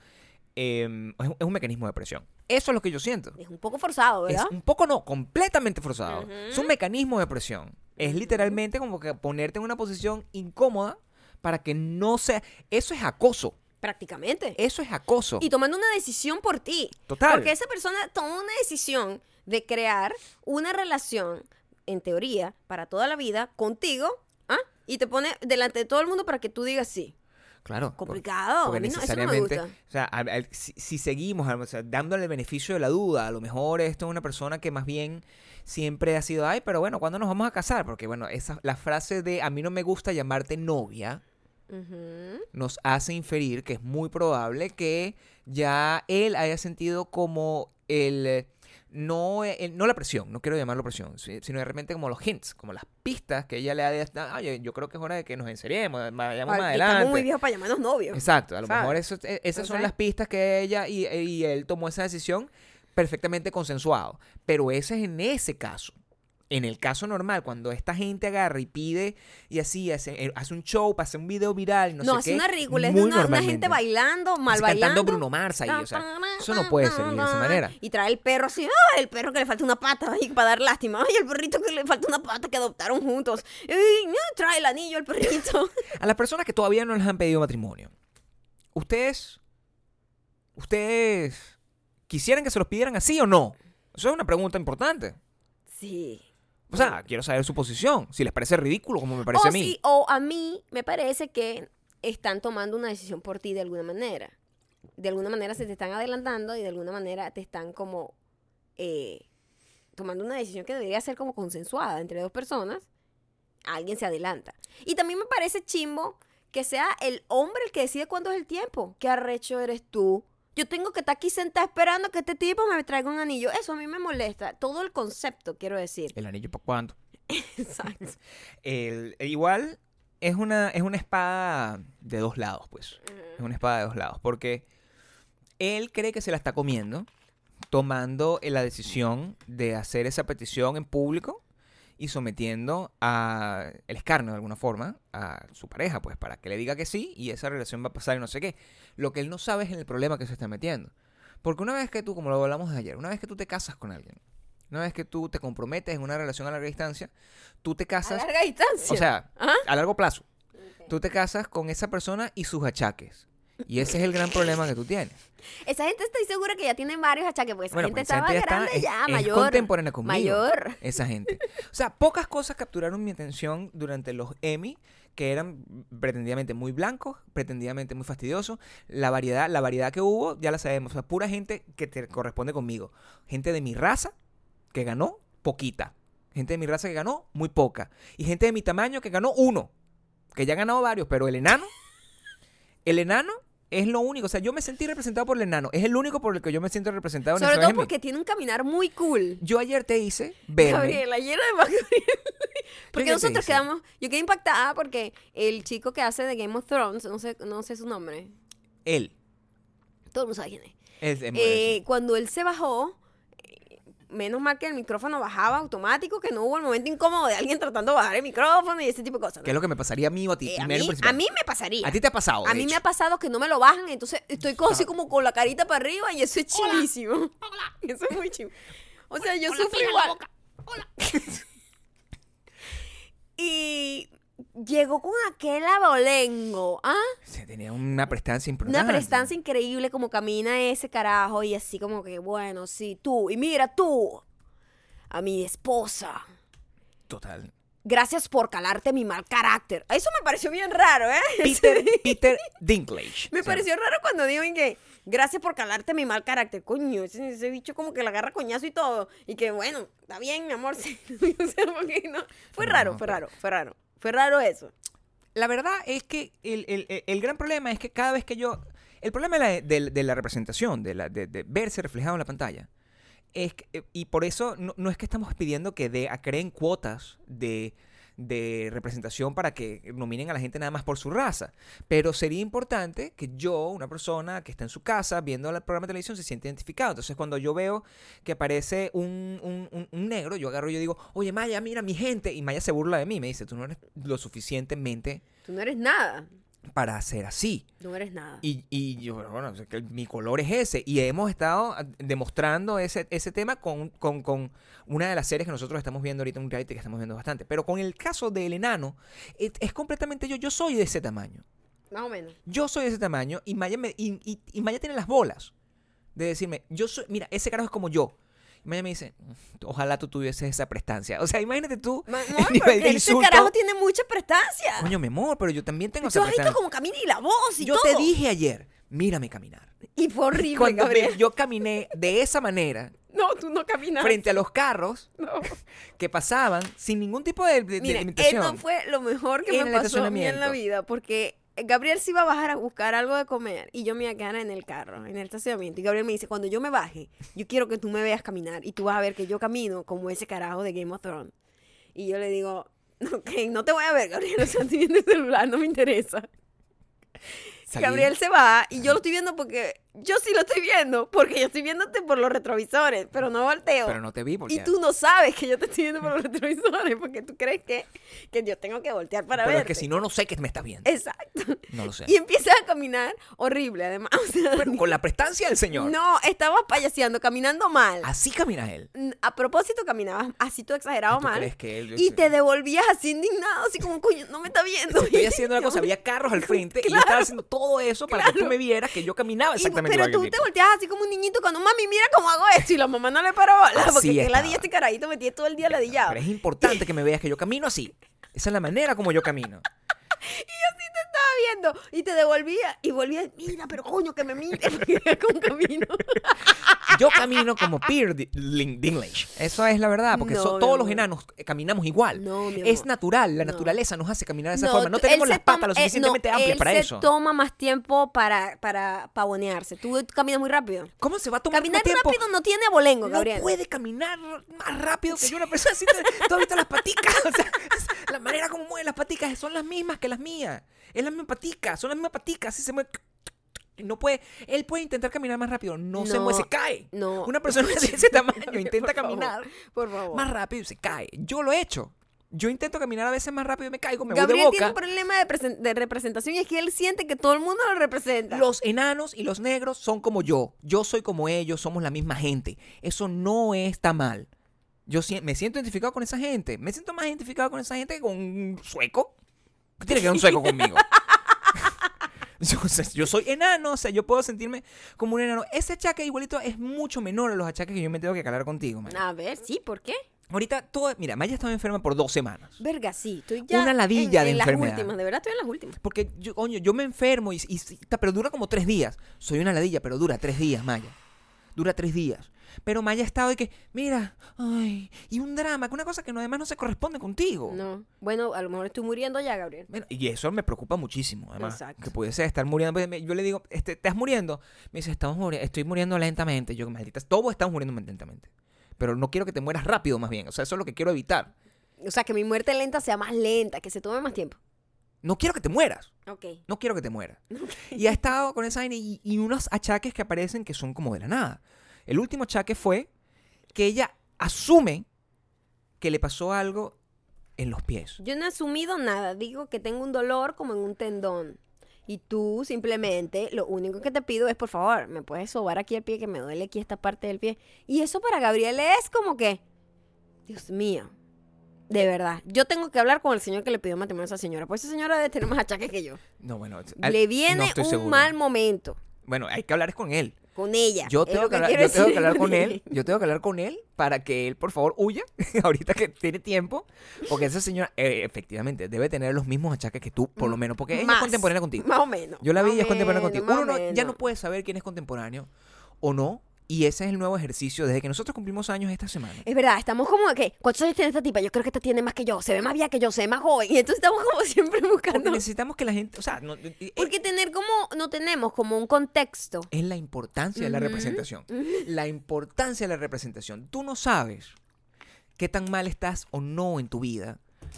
eh, es, un- es un mecanismo de presión. Eso es lo que yo siento.
Es un poco forzado, ¿verdad?
Es un poco no, completamente forzado.
Ujú.
Es un mecanismo de presión. Es literalmente como que ponerte en una posición incómoda para que no sea. Eso es acoso.
Prácticamente.
Eso es acoso.
Y tomando una decisión por ti.
Total.
Porque esa persona tomó una decisión de crear una relación, en teoría, para toda la vida, contigo. ¿ah? Y te pone delante de todo el mundo para que tú digas sí.
Claro. por-
Complicado,
Porque
a mí no- eso no me
necesariamente.
gusta.
O sea, al- al- si, si seguimos al- o sea, dándole el beneficio de la duda, a lo mejor esto es una persona que más bien siempre ha sido, ay, pero bueno, ¿cuándo nos vamos a casar? Porque bueno, esa, la frase de a mí no me gusta llamarte novia.
Ujú.
nos hace inferir que es muy probable que ya él haya sentido como el eh, no, eh, el- no la presión, no quiero llamarlo presión, si- sino de repente como los hints, como las pistas que ella le ha de oye, yo creo que es hora de que nos enseriemos, vayamos
Ay,
más
que Estamos muy
adelante.
viejos para llamarnos novios.
Exacto, a lo
¿sabes?
mejor eso- eh, esas son
Entonces-
las pistas que ella y, eh, y él tomó esa decisión perfectamente consensuado. Pero ese es en ese caso. En el caso normal, cuando esta gente agarra y pide y así, hace, eh, hace un show, hace un video viral, no,
No,
sé
hace
qué.
una ridícula. Es de
muy
una, una
normalmente.
gente bailando, mal
Así
bailando.
Cantando Bruno Mars ahí, o sea, eso no puede ser de esa manera.
Y trae el perro así, ¡ay! El perro que le falta una pata ay, para dar lástima. ¡Ay! El perrito que le falta una pata que adoptaron juntos. ¡Ay! no, Trae el anillo, el perrito.
A las personas que todavía no les han pedido matrimonio, ¿ustedes, ustedes quisieran que se los pidieran así o no? Eso es una pregunta importante.
Sí.
O sea, quiero saber su posición. Si les parece ridículo, como me parece
o
a mí.
sí, o a mí me parece que están tomando una decisión por ti de alguna manera. de alguna manera se te están adelantando y de alguna manera te están como eh, tomando una decisión que debería ser como consensuada entre dos personas, alguien se adelanta. Y también me parece chimbo que sea el hombre el que decide cuánto es el tiempo. ¿Qué arrecho eres tú? Yo tengo que estar aquí sentada esperando que este tipo me traiga un anillo. Eso a mí me molesta. Todo el concepto, quiero decir.
¿El anillo para cuándo?
Exacto.
El, el igual es una, es una espada de dos lados, pues. Es una espada de dos lados. Porque él cree que se la está comiendo, tomando eh, la decisión de hacer esa petición en público y sometiendo a el escarnio de alguna forma a su pareja, pues, para que le diga que sí y esa relación va a pasar y no sé qué. Lo que él no sabe es en el problema que se está metiendo. Porque una vez que tú, como lo hablamos de ayer, una vez que tú te casas con alguien, una vez que tú te comprometes en una relación a larga distancia, tú te
A
casas
larga distancia.
o sea,
Ajá.
a largo plazo. Tú te casas con esa persona y sus achaques. Y ese es el gran problema que tú tienes.
esa gente estoy segura que ya tienen varios achaques, porque esa
Bueno,
gente
pues, esa
estaba
gente ya está-
grande
es-
ya,
es
mayor.
contemporánea conmigo.
Mayor.
Esa gente. O sea, pocas cosas capturaron mi atención durante los Emmy, que eran pretendidamente muy blancos, pretendidamente muy fastidiosos. La variedad, la variedad que hubo, ya la sabemos. O sea, pura gente que te corresponde conmigo. Gente de mi raza, que ganó, poquita. Gente de mi raza que ganó, muy poca. Y gente de mi tamaño que ganó uno. Que ya ha ganado varios, pero el enano. El enano es lo único. O sea, yo me sentí representado por el enano. Es el único por el que yo me siento representado en
Sobre
esos
todo
Emmy.
porque tiene un caminar muy cool.
Yo ayer te hice verme.
Gabriela, llena de Gabriela. Porque
qué te
nosotros
hice?
quedamos. Yo quedé impactada porque el chico que hace de Game of Thrones, no sé, no sé su nombre.
Él.
Todo el mundo sabe quién es.
Es- es-
Eh, cuando él se bajó, eh, menos mal que el micrófono bajaba automático, que no hubo el momento incómodo de alguien tratando de bajar el micrófono y ese tipo de cosas. ¿no?
¿Qué es lo que me pasaría a mí o a ti?
Eh, a,
primero y
mí,
principal.
a mí me pasaría.
A ti te ha pasado.
A
Oh, de
mí me
hecho.
ha pasado que no me lo bajan, entonces estoy co- así como con la carita para arriba y eso es chilísimo. Eso es muy chivo. O sea, yo sufro igual. y llegó con aquel abolengo, ¿ah?
Se tenía una prestancia importante.
Una prestancia increíble como camina ese carajo y así como que, bueno, sí, tú, y mira tú, a mi esposa.
Total.
Gracias por calarte mi mal carácter. Eso me pareció bien raro, ¿eh?
Peter, Peter Dinklage.
Me
O sea,
pareció raro cuando digo en que gracias por calarte mi mal carácter, coño, ese, ese bicho como que la agarra coñazo y todo, y que bueno, está bien, mi amor, sí. O sea, porque no- Fue
No,
raro,
no,
fue
pero-
raro, fue raro, fue raro eso.
La verdad es que el, el- el- el gran problema es que cada vez que yo. El problema de la, de- de la representación, de, la, de, de verse reflejado en la pantalla, es que- eh, y por eso no, no es que estamos pidiendo que de, a- creen cuotas de, de representación para que nominen a la gente nada más por su raza. Pero sería importante que yo, una persona que está en su casa viendo el programa de televisión, se sienta identificado. Entonces, cuando yo veo que aparece un, un- un- un negro, yo agarro y yo digo, oye, Maya, mira mi gente. Y Maya se burla de mí. Me dice, tú no eres lo suficientemente
Tú no eres nada,
para hacer así.
tú no eres nada.
Y, y yo, bueno, bueno, es que mi color es ese. Y hemos estado ah, demostrando ese, ese tema con, con- con una de las series que nosotros estamos viendo ahorita, un reality que estamos viendo bastante. Pero con el caso del enano, es, es completamente yo. Yo soy de ese tamaño.
Más o menos.
Yo soy de ese tamaño y Maya, me- y, y- y Maya tiene las bolas de decirme, yo soy, mira, ese carajo es como yo. Y Maya me dice, "Mm, ojalá tú tuvieses esa prestancia. O sea, imagínate tú
Ma-
el
amor,
nivel
porque
de
ese
insulto.
carajo tiene mucha prestancia.
Coño, mi amor, pero yo también tengo
tú
esa
has visto
prestancia.
como camina y la voz y
Yo
todo.
te dije ayer, mírame caminar.
Y fue horrible,
Cuando me-
Gabriel.
yo caminé de esa manera
No, tú no caminas.
frente a los carros
No.
que pasaban sin ningún tipo de, de- de
Mira,
limitación.
esto fue lo mejor que
En
me
el
pasó a mí en la
estacionamiento.
vida, porque Gabriel se iba a bajar a buscar algo de comer y yo me iba a quedar en el carro, en el estacionamiento. Y Gabriel me dice, cuando yo me baje, yo quiero que tú me veas caminar y tú vas a ver que yo camino como ese carajo de Game of Thrones. Y yo le digo, ok, no te voy a ver, Gabriel, o sea, estoy viendo el celular, no me interesa.
Salí-
Gabriel se va y yo lo estoy viendo porque yo sí lo estoy viendo, porque yo estoy viéndote por los retrovisores, pero no volteo.
Pero no te vi porque...
Y tú no sabes que yo te estoy viendo por los retrovisores porque tú crees que, que yo tengo que voltear para
pero
ver.
es que si no, no sé que me estás viendo.
Exacto.
No lo sé.
Y empiezas a caminar horrible, además. o sea,
Pero con la prestancia del señor.
no, estabas payaseando, caminando mal.
Así camina él.
N- A propósito, caminabas así todo exagerado
Ah, ¿Tú
mal.
crees que él-
Y te devolvías así indignado, así como, coño, no me está viendo.
Estoy haciendo una cosa, había carros al frente y yo estaba haciendo todo eso para que tú
claro.
me vieras que yo caminaba
Y-
exactamente
pero
igual que
tú te
el tipo.
volteas así como un niñito cuando mami mira cómo hago esto y la mamá no le paró bola
Así
porque qué
estaba.
ladilla este carajito me tiene todo el día ladillado
Pero es importante que me veas que yo camino así. Esa es la manera como yo camino.
estaba mirando y te devolvía y volvía, mira, pero coño, que me mire, con camino.
Yo camino como Peter Di- Lin- Dinklage. Eso es la verdad, porque
No,
so-
mi
todos los
amor.
enanos eh, caminamos igual.
No, mi
es
amor.
natural, la
No.
naturaleza nos hace caminar de esa forma. No
tú- él
tenemos
se
las patas
toma-
lo
eh, no,
suficientemente amplias
él
para
se
eso.
toma más tiempo para, para pavonearse. Tú, tú caminas muy rápido.
¿Cómo se va a tomar
Caminar
tanto tiempo?
rápido no tiene abolengo,
no
Gabriel.
puede caminar más rápido que yo una persona así. te- ¿Tú has visto las paticas? O sea, es- la manera como mueven las paticas son las mismas que las mías. Es la misma patica, son las mismas paticas. Así se mueve. No puede, él puede intentar caminar más rápido, no, se
No,
mueve, se cae.
no.
Una persona de ese tamaño intenta
Por favor,
caminar
Por favor.
más rápido y se cae. Yo lo he hecho. Yo intento caminar a veces más rápido y me caigo, me
Gabriel
voy de
tiene un
boca.
problema de, presen- de representación y es que él siente que todo el mundo lo representa.
Los enanos y los negros son como yo. Yo soy como ellos, somos la misma gente. Eso no está mal. Yo si- me siento identificado con esa gente. Me siento más identificado con esa gente que con un sueco. ¿Qué tiene que ver un sueco conmigo? Yo, o sea, yo soy enano, o sea, yo puedo sentirme como un enano. Ese achaque igualito es mucho menor a los achaques que yo me tengo que calar contigo, man.
A ver, sí, ¿por qué?
Ahorita todo, mira, Maya estaba enferma por dos semanas.
Verga, sí, estoy ya
Una ladilla
en,
de
en las
enfermedad.
últimas, de verdad estoy en las últimas.
Porque yo, coño, yo me enfermo y, y- y- pero dura como tres días. Soy una ladilla, pero dura tres días, Maya. Dura tres días. Pero Maya ha estado de que, mira, ay, y un drama, que una cosa que no- además no se corresponde contigo.
No. Bueno, a lo mejor estoy muriendo ya, Gabriel.
Bueno, y eso me preocupa muchísimo, además.
Exacto.
Que pudiese estar muriendo. Pues, me- Yo le digo, este, ¿te estás muriendo? Me dice, Estamos muri- estoy muriendo lentamente. Yo, maldita, todos estamos muriendo lentamente. Pero no quiero que te mueras rápido, más bien. O sea, eso es lo que quiero evitar.
O sea, que mi muerte lenta sea más lenta, que se tome más tiempo.
No quiero que te mueras.
Ok.
no quiero que te muera. Y ha estado con esa vaina y, y unos achaques que aparecen que son como de la nada. El último achaque fue que ella asume que le pasó algo en los pies.
Yo no he asumido nada, digo que tengo un dolor como en un tendón. Y tú simplemente, lo único que te pido es, por favor, me puedes sobar aquí el pie, que me duele aquí esta parte del pie. Y eso para Gabriel es como que, Dios mío, de verdad, yo tengo que hablar con el señor que le pidió matrimonio a esa señora, pues esa señora debe tener más achaques que yo.
No, bueno, es-
le
al- no
viene
estoy
un
seguro.
mal momento
Bueno, hay que hablar es con él.
con ella.
Yo
es
tengo
lo
que, hablar,
quiero
yo tengo
decir
que hablar con él. Yo tengo que hablar con él para que él, por favor, huya ahorita que tiene tiempo. Porque esa señora, eh, efectivamente, debe tener los mismos achaques que tú, por lo menos. Porque ella es
Más,
contemporánea contigo.
Más o menos.
Yo la
más
vi
o
y es contemporánea
menos,
contigo.
más o
Uno no- ya
menos.
no puede saber quién es contemporáneo o no. Y ese es el nuevo ejercicio desde que nosotros cumplimos años esta semana.
Es verdad, estamos como que, ¿cuántos años tiene esta tipa? Yo creo que esta tiene más que yo, se ve más vieja que yo, se ve más joven. Y entonces estamos como siempre
Porque
buscando.
necesitamos que la gente. O sea, no- eh, eh,
Porque tener como, no tenemos como un contexto.
es la importancia de la representación. La importancia de la representación. Tú no sabes qué tan mal estás o no en tu vida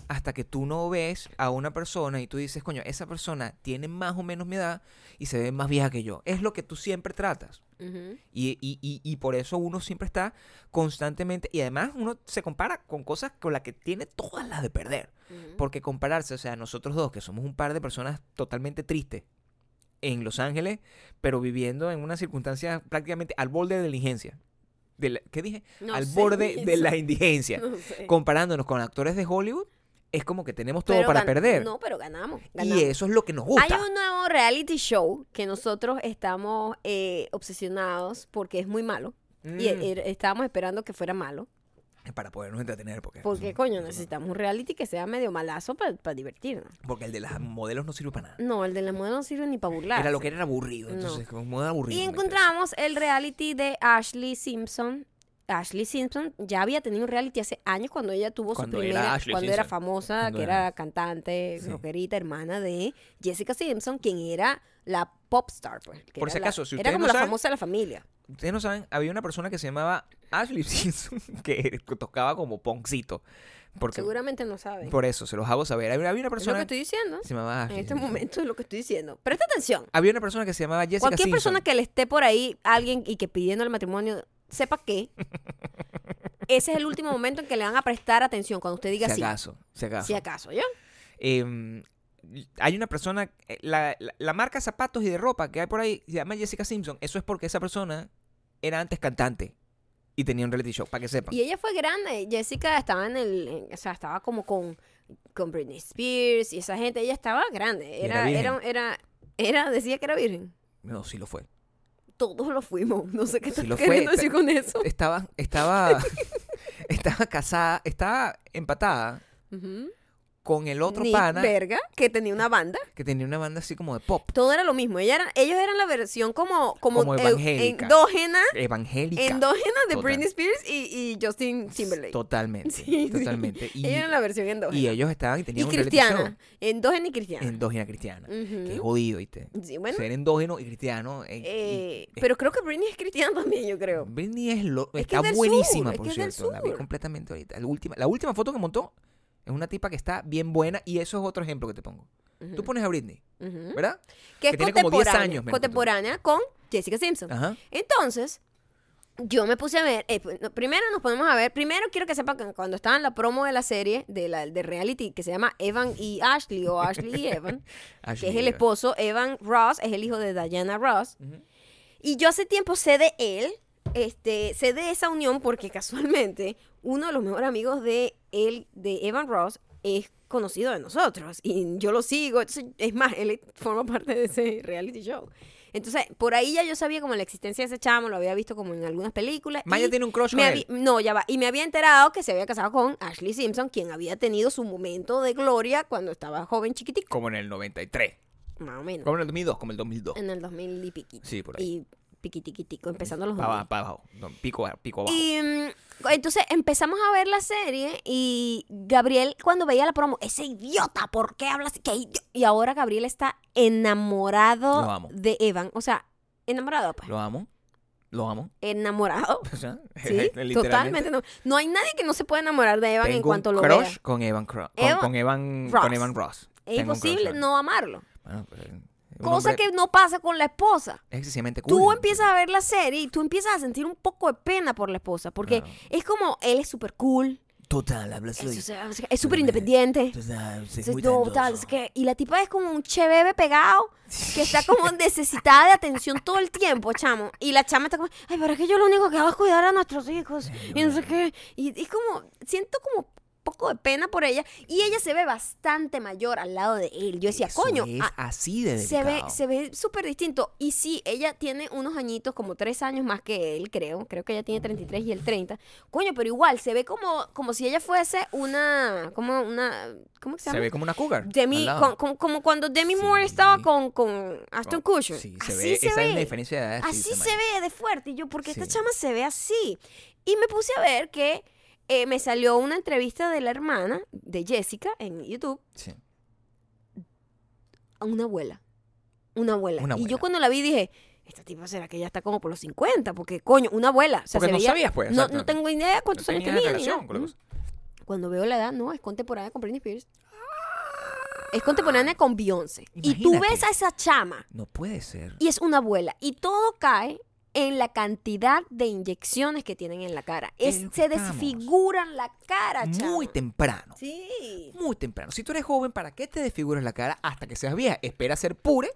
hasta que tú no ves a una persona y tú dices, coño, esa persona tiene más o menos mi edad y se ve más vieja que yo. Es lo que tú siempre tratas. Y, y- y- y por eso uno siempre está constantemente, y además uno se compara con cosas con las que tiene todas las de perder. Porque compararse, o sea, nosotros dos, que somos un par de personas totalmente tristes en Los Ángeles, pero viviendo en unas circunstancias prácticamente al borde de la indigencia. De la- ¿Qué dije?
No
al
sé,
borde de
eso-
la indigencia.
no sé.
Comparándonos con actores de Hollywood, es como que tenemos todo
Pero
para
gan-
perder.
No, pero ganamos. ganamos.
y eso es lo que nos gusta.
Hay un nuevo reality show que nosotros estamos eh, obsesionados porque es muy malo. Y
Mm.
eh, estábamos esperando que fuera malo.
Para podernos entretener. Porque,
Porque, coño, necesitamos un reality que sea medio malazo para divertirnos.
Porque el de las modelos no sirve para nada.
No, el de la moda no sirve ni para burlar.
Era lo que era aburrido.
No.
Entonces, como moda aburrido.
Y
me
encontramos el reality de Ashley Simpson. Ashley Simpson ya había tenido un reality hace años cuando ella tuvo
Cuando
su
era
primera,
Ashley
cuando era
Simpson.
famosa,
Cuando
que
era-
era, cantante,
Sí.
rockerita, hermana de Jessica Simpson, quien era la pop star. Pues, que
Por
era
si
la-
acaso, si
era
ustedes
como
no
la
saben-
famosa de la familia.
Ustedes no saben, había una persona que se llamaba Ashley Simpson que tocaba como poncito. Porque,
Seguramente no saben.
Por eso, se los hago saber. Había, había una
Es lo
persona
que estoy diciendo.
que se llamaba
En
Ashley
este
Simpson.
momento es lo que estoy diciendo. Presta atención.
Había una persona que se llamaba Jessica
Cualquier
Simpson.
persona que le esté por ahí, alguien y que pidiendo el matrimonio, sepa que ese es el último momento en que le van a prestar atención cuando usted diga
Si
sí.
acaso, si acaso.
Si acaso, ¿yo?
Eh, hay una persona, eh, la, la- la marca de zapatos y de ropa que hay por ahí se llama Jessica Simpson. Eso es porque esa persona era antes cantante y tenía un reality show, para que sepan.
Y ella fue grande. Jessica estaba en el. en- o sea, estaba como con, con Britney Spears y esa gente. Ella estaba grande.
era
Era,
virgen.
era, era, era- decía que era virgen.
No, sí lo fue.
Todos lo fuimos. No sé qué
Sí
estás
lo fue,
queriendo
ta-
decir con eso.
Estaba, estaba, estaba casada, estaba empatada
Ujú.
con el otro
Nick
pana
Verga, que tenía una banda.
que tenía una banda así como de pop
Todo era lo mismo. Ella era- ellos eran la versión como, como,
Como
eu-
evangélica.
endógena,
evangélica.
endógena de
Total.
Britney Spears y, y Justin Timberlake.
Totalmente,
Sí, sí.
totalmente. Y,
Ella era la versión endógena.
y ellos estaban y
Y
tenían un reality
cristiana. Endógena y cristiana.
show endógena cristiana. Que es
Ujú.
jodido, ¿viste?
Sí, bueno,
Ser endógeno y cristiano. eh, y-
eh, pero creo que Britney es cristiana también, yo creo.
Britney es lo-
que es
está
del sur,
buenísima,
es
por
que es del
cierto. La vi
sur.
completamente ahorita. La última, la última foto que montó es una tipa que está bien buena y eso es otro ejemplo que te pongo. Tú
Ujú, ¿Mm?
pones a Britney,
ujú.
¿verdad?
Que
Mm. que
es
tiene como 10
contemporánea,
años Ah. menos que tú.
contemporánea con Jessica Simpson.
Ajá.
Entonces, yo me puse a ver. eh, p- no, primero nos ponemos a ver. Primero quiero que sepan que cuando estaba en la promo de la serie, de la de reality, que se llama Evan y Ashley, o Ashley y Evan, que
Ashley
es el
Bieber.
esposo, Evan Ross, es el hijo de Diana Ross.
Ujú.
Y yo hace tiempo sé de él, este, sé de esa unión porque casualmente uno de los mejores amigos de él, de Evan Ross, es conocido de nosotros y yo lo sigo. Entonces, es más, él forma parte de ese reality show. Entonces, por ahí ya yo sabía como la existencia de ese chamo, lo había visto como en algunas películas.
Maya
y
tiene un crush
me
con
habí-
él.
No, ya va. Y me había enterado que se había casado con Ashley Simpson, quien había tenido su momento de gloria cuando estaba joven chiquitico,
Como en el 93.
más o menos.
Como en el 2002, como el 2002.
En el 2000 y piquito.
Sí, por ahí.
Y piquitiquitico, empezando los
Para
2000.
abajo, pa' abajo. No, pico, a- pico abajo.
Y mm, entonces empezamos a ver la serie y Gabriel cuando veía la promo, ese idiota, ¿por qué hablas? ¿Qué idi-?" Y ahora Gabriel está
Lo
enamorado
amo.
de Evan. O sea, enamorado, pues.
Lo amo. Lo amo.
Enamorado.
O sea,
Sí,
literalmente.
totalmente. No, no hay nadie que no se pueda enamorar de Evan en
Tengo
cuanto
un
lo
crush
vea.
con Evan Cro- con-
Evan
con Evan
Ross.
con Evan Ross.
Es
Tengo un crush
imposible
con él.
no amarlo.
Bueno, pero es un
Cosa
hombre-
que no pasa con la esposa.
es excesivamente
Tú
cool.
empiezas a ver la serie y tú empiezas a sentir un poco de pena por la esposa. Porque
Claro.
es como, él es súper cool,
Ah, Total, habla
es-
así.
es- es súper independiente.
Total, es
Entonces,
muy
no, tal,
talentoso.
es que- y la tipa es como un che bebé pegado que está como necesitada de atención todo el tiempo, chamo. Y la chama está como, ay, pero es que yo lo único que hago es cuidar a nuestros hijos y no sé qué. Y es como, siento como poco de pena por ella. Y ella se ve bastante mayor al lado de él. Yo decía,
Eso
coño,
es
ah,
así de
se ve
delicado.
se ve súper distinto. Y sí, ella tiene unos añitos, como tres años más que él, creo. Creo que ella tiene 33 y él 30. Coño, pero igual, se ve como, como si ella fuese una, como una, ¿cómo que se
Se
llama?
ve como una cougar. al
Demi,
lado.
con- con- como cuando Demi
Sí.
Moore estaba con, con Aston
Con-
Kutcher.
Sí, se
así
ve.
se
Esa es la
ve.
diferencia de edad. sí,
Así se
tamaño.
ve de fuerte. Y yo, ¿por qué esta
Sí.
chama se ve así? Y me puse a ver que eh, me salió una entrevista de la hermana de Jessica en YouTube
Sí.
a una abuela. Una abuela.
Una
Y yo
abuela.
cuando la vi dije, esta tipa será que ya está como por los 50, porque coño, una abuela. O sea,
Porque
se
no
veía-
sabías, pues.
No,
exacto.
no tengo idea cuántos
No
años tenía.
tenías
ni
relación
nada. Mm.
con la
Ujú.
cosa.
Cuando veo la edad, no, es contemporánea con Britney Spears. Es contemporánea con Beyoncé. Y tú
Imagínate.
ves a esa chama
No puede ser.
y es una abuela. Y todo cae en la cantidad de inyecciones que tienen en la cara. Es-
Es lo que
se
estamos.
desfiguran la cara, chama.
Muy temprano.
Sí.
Muy temprano. Si tú eres joven, ¿para qué te desfiguras la cara hasta que seas vieja? Espera ser pure.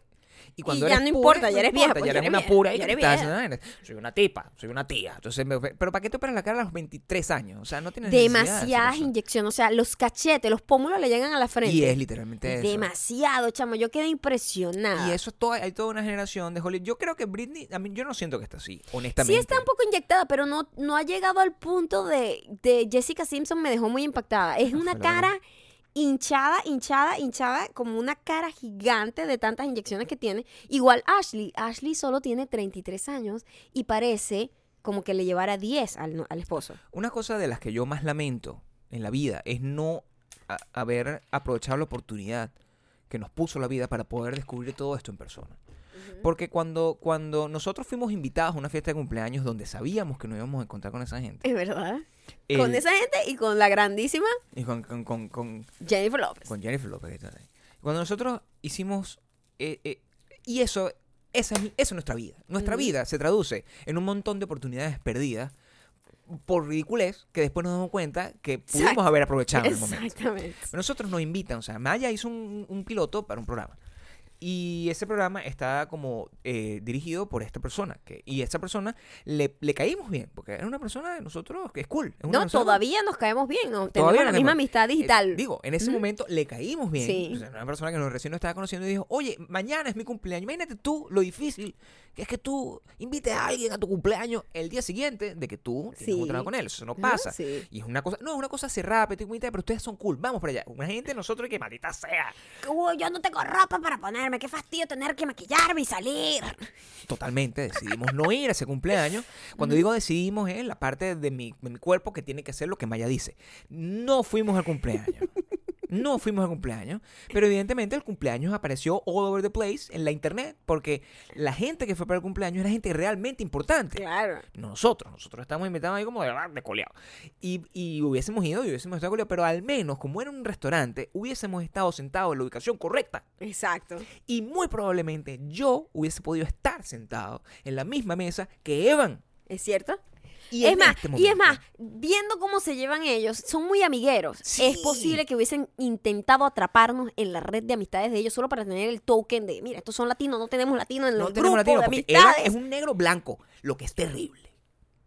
Y cuando
ya
eres
no
pure,
importa, ya eres vieja,
importa,
pues,
ya
ya
eres
eres
una
vieja,
pura y
ya
te
eres
estás
vieja.
haciendo, "Ay, soy una tipa, soy una tía. Entonces, me- pero ¿para qué te operas la cara a los 23 años? O sea, no tienes necesidad de hacer
Demasiadas
eso.
inyecciones. O sea, los cachetes, los pómulos le llegan a la frente.
Y es literalmente eso.
Demasiado, chamo. Yo quedé impresionada.
Y eso es toda, hay toda una generación de Hollywood. Yo creo que Britney, a mí, yo no siento que está así, honestamente.
Sí está un poco inyectada, pero no, no ha llegado al punto de, de Jessica Simpson, me dejó muy impactada. Es una
fue la
cara hinchada, hinchada, hinchada, como una cara gigante de tantas inyecciones que tiene. Igual Ashley, Ashley solo tiene 33 años y parece como que le llevara 10 al, no- al esposo.
Una cosa de las que yo más lamento en la vida es no a- haber aprovechado la oportunidad que nos puso la vida para poder descubrir todo esto en persona. Porque cuando, cuando nosotros fuimos invitados a una fiesta de cumpleaños donde sabíamos que no íbamos a encontrar con esa gente.
Es verdad.
el-
Con esa gente y con la grandísima
Y con, con- con- con-
Jennifer Lopez
con Jennifer Lopez. que está ahí. Cuando nosotros hicimos... eh, eh, y eso, esa es, eso es nuestra vida. Nuestra
Ujú.
vida se traduce en un montón de oportunidades perdidas por ridiculez que después nos damos cuenta que pudimos
Exacto.
haber aprovechado el momento.
Exactamente.
Nosotros nos invitan, o sea, Maya hizo un, un piloto para un programa. Y ese programa está como eh, dirigido por esta persona. Que, y esta persona le, le caímos bien, porque era una persona de nosotros que es cool. es una
No,
persona-
todavía nos caemos bien, ¿no? Tenemos
Todavía
la
nos
misma
caemos-
amistad
eh,
digital.
digo, en ese
Ujú.
momento le caímos bien.
Sí.
O sea, una persona que nos recién nos estaba conociendo y dijo, oye, mañana es mi cumpleaños. Imagínate tú lo difícil que es que tú invites a alguien a tu cumpleaños el día siguiente de que tú tienes
Sí.
un trabajo con él. Eso no
Ajá,
pasa.
sí.
Y es una cosa, no, es una cosa cerrada, petit comité, pero ustedes son cool, vamos para allá. Una gente de nosotros que maldita sea.
Uy, yo no tengo ropa para ponerme, qué fastidio tener que maquillarme y salir.
Totalmente, decidimos no ir a ese cumpleaños. Cuando digo decidimos es la parte de mi, de mi cuerpo que tiene que hacer lo que Maya dice. No fuimos al cumpleaños. No fuimos al cumpleaños, pero evidentemente el cumpleaños apareció all over the place en la internet porque la gente que fue para el cumpleaños era gente realmente importante.
Claro.
Nosotros, nosotros estamos invitados ahí como de, ah, de coleado. Y, y hubiésemos ido y hubiésemos estado coleados, pero al menos como era un restaurante, hubiésemos estado sentados en la ubicación correcta.
Exacto.
Y muy probablemente yo hubiese podido estar sentado en la misma mesa que Evan.
¿Es cierto?
Y
es
en
más,
este
y es
momento-
más, viendo cómo se llevan ellos, son muy amigueros.
Sí.
Es posible que hubiesen intentado atraparnos en la red de amistades de ellos solo para tener el token de, mira, estos son latinos, no tenemos latinos en
No
el grupo
tenemos latino
de
porque Evan
amistades.
es un negro blanco, lo que es terrible.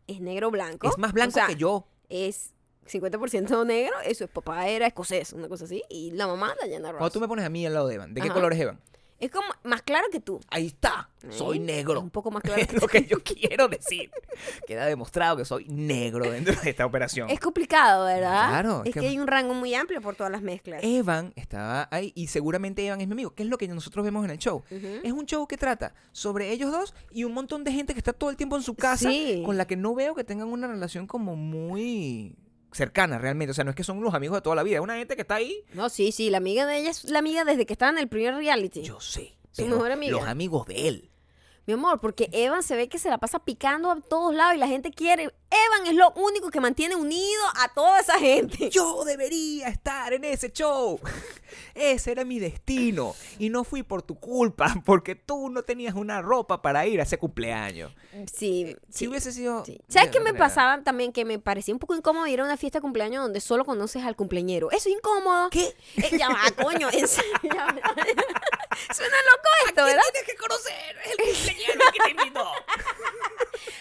Es negro blanco.
Es más
O
blanco
sea,
que yo.
Es 50% negro, y su papá era escocés, una cosa así, y la mamá Diana Ross.
Cuando tú me pones a mí al lado de Evan, ¿de qué
Ajá.
color es Evan?
Es como más claro que tú.
Ahí está, soy
Ay,
negro.
es un poco más claro que
es lo que yo quiero decir. Queda demostrado que soy negro dentro de esta operación.
Es complicado, ¿verdad?
Claro, es Eh,
Es que,
que-
hay un rango muy amplio por todas las mezclas.
Evan estaba ahí y seguramente Evan es mi amigo. ¿Qué es lo que nosotros vemos en el show? Es un show que trata sobre ellos dos y un montón de gente que está todo el tiempo en su casa
Sí.
con la que no veo que tengan una relación como muy cercana realmente. O sea, no es que son los amigos de toda la vida, es una gente que está ahí.
No, sí, sí, la amiga de ella es la amiga desde que estaba en el primer reality.
Yo sé.
Su
pero
mejor amiga.
Los amigos de él.
Mi amor, porque Evan se ve que se la pasa picando a todos lados y la gente quiere. Evan es lo único que mantiene unido a toda esa gente.
Yo debería estar en ese show. Ese era mi destino. Y no fui por tu culpa, porque tú no tenías una ropa para ir a ese cumpleaños.
Sí,
Eh, Si
sí.
hubiese sido.
sí. ¿Sabes
Ya,
qué
no
me
tenía nada.
pasaba también? Que me parecía un poco incómodo ir a una fiesta de cumpleaños donde solo conoces al cumpleañero. Eso es incómodo.
¿Qué?
Eh, ya va, coño. en serio, ya va. Suena loco esto, ¿verdad?
Tienes que conocer el cumpleañero que te invitó.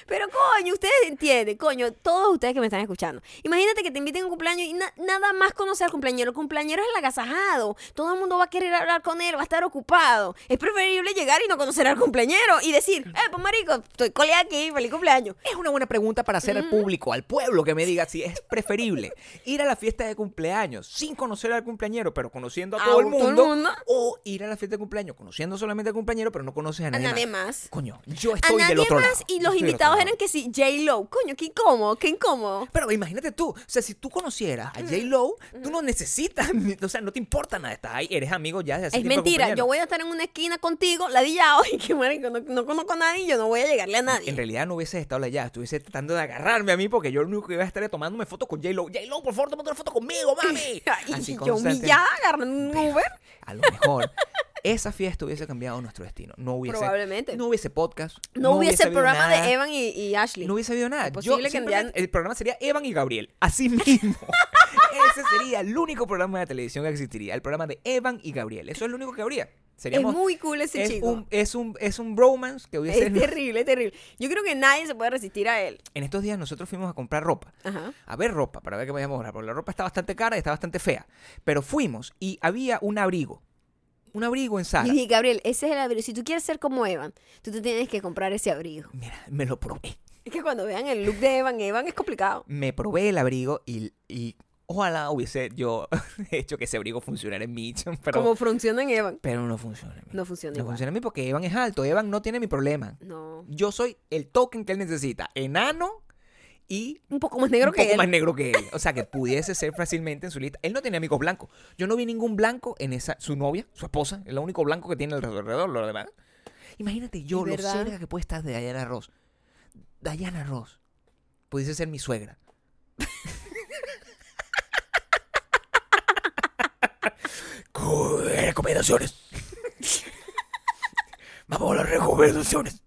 Pero coño, ustedes entienden, coño, todos ustedes que me están escuchando. Imagínate que te inviten a un cumpleaños y na- nada más conocer al cumpleañero. El cumpleañero es el agasajado. Todo el mundo va a querer hablar con él, va a estar ocupado. Es preferible llegar y no conocer al cumpleañero y decir, eh, pues marico, estoy colega aquí, feliz cumpleaños.
Es una buena pregunta para
Mm.
hacer al público, al pueblo, que me diga si es preferible ir a la fiesta de cumpleaños sin conocer al cumpleañero, pero conociendo a
A
todo, el,
todo el
mundo,
mundo.
o ir a la fiesta de cumpleaños conociendo solamente al cumpleañero, pero no conoces a
A
nadie,
nadie
más.
más.
Coño, yo
A
estoy
nadie
del otro
más
lado.
y
Yo
los
estoy del
invitados
otro
eran
lado.
que sí, J-Lo. Coño, qué incómodo, qué incómodo.
Pero imagínate tú, o sea, si tú conocieras a J. Lowe, tú
Mm.
no necesitas, ni- o sea, no te importa nada, estás ahí, eres amigo ya de hace
Es
tiempo del
mentira, yo
cumpleañero.
voy a estar en una esquina contigo, ladillado, y que marico, no, no conozco a nadie y yo no voy a llegarle a nadie.
En realidad no hubiese estado allá, estuviese tratando de agarrarme a mí porque yo lo único que iba a estar era tomándome fotos con J-Lo. J-Lo, por favor, tómate una foto conmigo, mami.
y
Así
yo
constante-
humillada agarrando un Uber.
A lo mejor esa fiesta hubiese cambiado nuestro destino. No hubiese,
Probablemente.
No hubiese podcast.
No, hubiese el
habido
programa
nada,
de Evan y, y Ashley.
No hubiese habido nada.
Es
Yo
posible que
simplemente-
enviaran-
El programa sería Evan y Gabriel. Así mismo. Ese sería el único programa de televisión que existiría. El programa de Evan y Gabriel. Eso es lo único que habría.
es
Seríamos,
muy cool ese
es
chico.
Un, es, un, es un bromance que hubiese...
es terrible, es terrible. Yo creo que nadie se puede resistir a él.
En estos días nosotros fuimos a comprar ropa.
Ajá.
a ver ropa para ver qué podíamos comprar, porque la ropa está bastante cara y está bastante fea. Pero fuimos y había un abrigo. Un abrigo en
Y
Zara.
dije, Gabriel, ese es el abrigo. Si tú quieres ser como Evan, tú te tienes que comprar ese abrigo.
Mira, me lo probé.
Es que cuando vean el look de Evan, Evan es complicado.
Me probé el abrigo y, y ojalá hubiese yo hecho que ese abrigo funcionara en mí, pero,
Como funciona en Evan.
pero no funciona en mí.
No funciona
No
igual.
funciona en mí porque Evan es alto. Evan no tiene mi problema.
No.
Yo soy el token que él necesita. Enano y
Un poco más negro
un
que
poco
él.
más negro que él. O sea, que pudiese ser fácilmente en su lista. Él no tenía amigos blancos. Yo no vi ningún blanco en esa, su novia, su esposa, es lo único blanco que tiene alrededor, lo demás. Imagínate yo lo
¿Verdad?
cerca que puede estar de Diana Ross. Diana Ross pudiese ser mi suegra. Co- eh, recomendaciones. Vamos a las recomendaciones.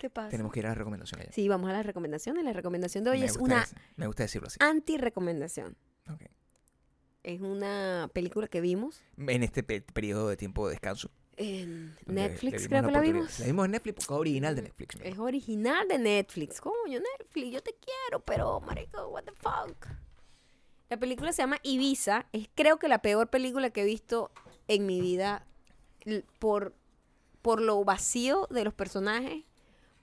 ¿Qué pasa?
Tenemos que ir a las recomendaciones. ya.
Sí, vamos a las recomendaciones. La recomendación de hoy
me,
es
gusta
una
dec- me gusta decirlo así.
anti-recomendación.
Ok.
Es una película que vimos.
en este pe- periodo de tiempo de descanso.
En
donde le
Netflix,
dimos
creo que la
oportunidad.
vimos.
La vimos en Netflix porque es original de Netflix. mi
Es
amor.
original de Netflix. Coño, Netflix, yo te quiero, pero marico, what the fuck. La película se llama Ibiza. Es creo que la peor película que he visto en mi vida l- por, por lo vacío de los personajes,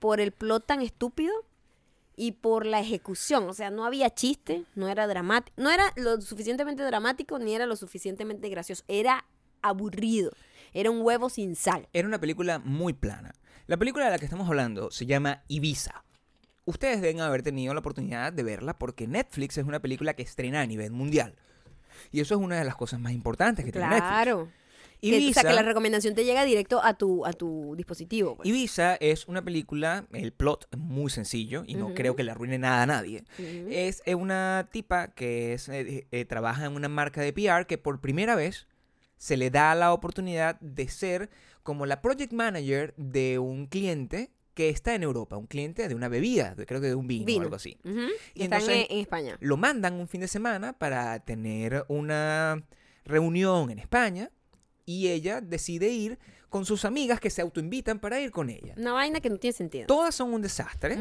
por el plot tan estúpido y por la ejecución. O sea, no había chiste, no era dramático, no era lo suficientemente dramático ni era lo suficientemente gracioso. Era aburrido. Era un huevo sin sal.
Era una película muy plana. La película de la que estamos hablando se llama Ibiza. Ustedes deben haber tenido la oportunidad de verla porque Netflix es una película que estrena a nivel mundial. Y eso es una de las cosas más importantes que tiene Netflix.
Claro. Que-
Ibiza,
o sea, que la recomendación te llega directo a tu, a tu dispositivo. pues.
Ibiza es una película, el plot es muy sencillo y no
Ujú.
creo que le arruine nada a nadie.
Ujú.
Es eh, una tipa que es, eh, eh, trabaja en una marca de PR que por primera vez se le da la oportunidad de ser como la project manager de un cliente que está en Europa, un cliente de una bebida, de- creo que de un vino,
Vino.
o algo así.
Ujú.
y
Están
entonces-
en, en España.
Lo mandan un fin de semana para tener una reunión en España y ella decide ir con sus amigas que se autoinvitan para ir con ella.
Una vaina que no tiene sentido.
Todas son un desastre.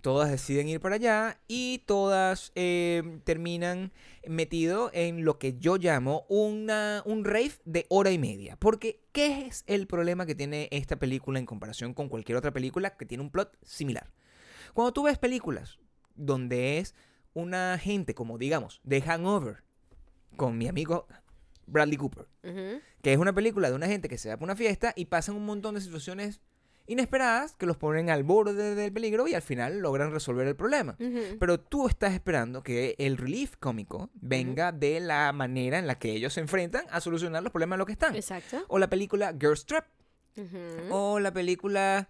Todas deciden ir para allá y todas eh, terminan metido en lo que yo llamo una, un rave de hora y media. Porque, ¿qué es el problema que tiene esta película en comparación con cualquier otra película que tiene un plot similar? Cuando tú ves películas donde es una gente, como digamos, de Hangover, con mi amigo Bradley Cooper,
Ujú.
que es una película de una gente que se va para una fiesta y pasan un montón de situaciones inesperadas que los ponen al borde del peligro y al final logran resolver el problema.
Ujú.
Pero tú estás esperando que el relief cómico venga de la manera en la que ellos se enfrentan a solucionar los problemas en los que están.
Exacto.
O la película Girls Trip,
Ujú.
o la película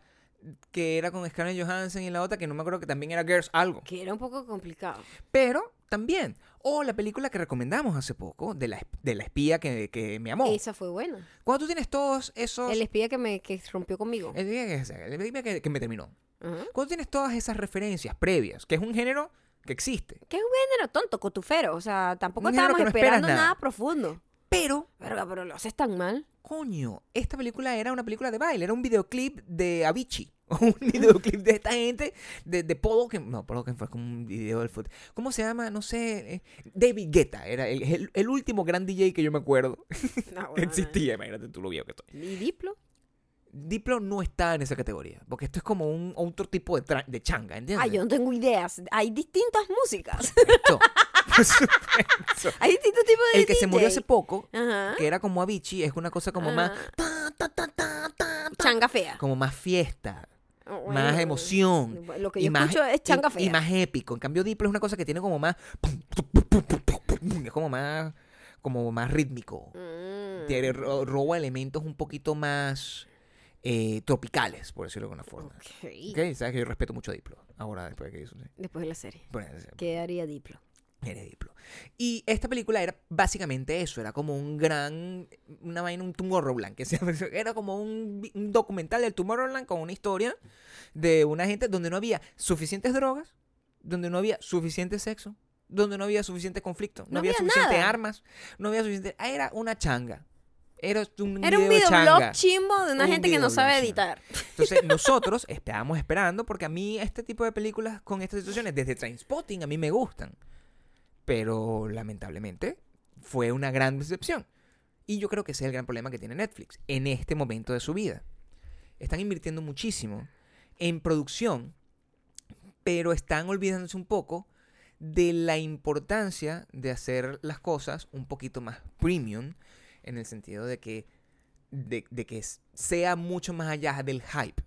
que era con Scarlett Johansson y la otra que no me acuerdo que también era Girls algo.
Que era un poco complicado.
Pero también, o la película que recomendamos hace poco de la, de la espía que, que me amó.
Esa fue buena.
Cuando tú tienes todos esos...
El espía que me que rompió conmigo.
Oh. El día que, se- el día que- que me terminó.
Ujú.
Cuando tienes todas esas referencias previas, que es un género que existe,
Que es un género tonto, cotufero. O sea, tampoco
Un género
estábamos
que no esperas
esperando nada.
nada.
profundo.
pero,
Verga, pero lo haces tan mal.
coño, esta película era una película de baile, era un videoclip de Avicii, o un videoclip de esta gente, de, de Polo, que no, Polo que fue como un video del fútbol. ¿Cómo se llama? No sé, eh, David Guetta, era el, el- el último gran DJ que yo me acuerdo
No,
que
bueno,
existía, imagínate tú lo viejo que estoy.
¿Y Diplo?
Diplo no está en esa categoría, porque esto es como un otro tipo de, tra- de changa, ¿entiendes?
Ay, Ah, yo no tengo ideas. Hay distintas músicas.
Esto, por supuesto.
Hay distintos tipos de
El que se murió
DJ.
hace poco,
Ajá.
que era como Avicii, es una cosa como más
Ah.
ta, ta, ta, ta, ta, ta,
Changa fea.
como más fiesta,
Oh,
más
bueno.
emoción.
Lo que yo escucho es changa
y,
fea.
y más épico. En cambio, Diplo es una cosa que tiene como más pum, pum, pum, pum, pum, pum, pum, es como más como más rítmico.
Mm.
Tiene ro- roba elementos un poquito más eh, tropicales, por decirlo de alguna forma.
Ok.
¿Ok? Sabes que yo respeto mucho a Diplo. Ahora después de que hizo, ¿sí?
Después de la serie.
Bueno,
¿Qué haría Diplo?
Era Diplo. Y esta película era básicamente eso, era como un gran, una vaina, un Tomorrowland, que se- era como un, vi- un documental del Tomorrowland con una historia de una gente donde no había suficientes drogas, donde no había suficiente sexo, donde no había suficiente conflicto, no,
No
había,
había
suficiente
nada.
armas, no había suficiente... ah, Era una changa. Era un,
Era un
video
videoblog
changa.
chimbo de una
Un
gente que no
videoblog
sabe
chimbo.
editar.
Entonces nosotros estábamos esperando porque a mí este tipo de películas con estas situaciones, desde Trainspotting, a mí me gustan. Pero lamentablemente fue una gran decepción. Y yo creo que ese es el gran problema que tiene Netflix en este momento de su vida. Están invirtiendo muchísimo en producción, pero están olvidándose un poco de la importancia de hacer las cosas un poquito más premium, en el sentido de que, de, de que s- sea mucho más allá del hype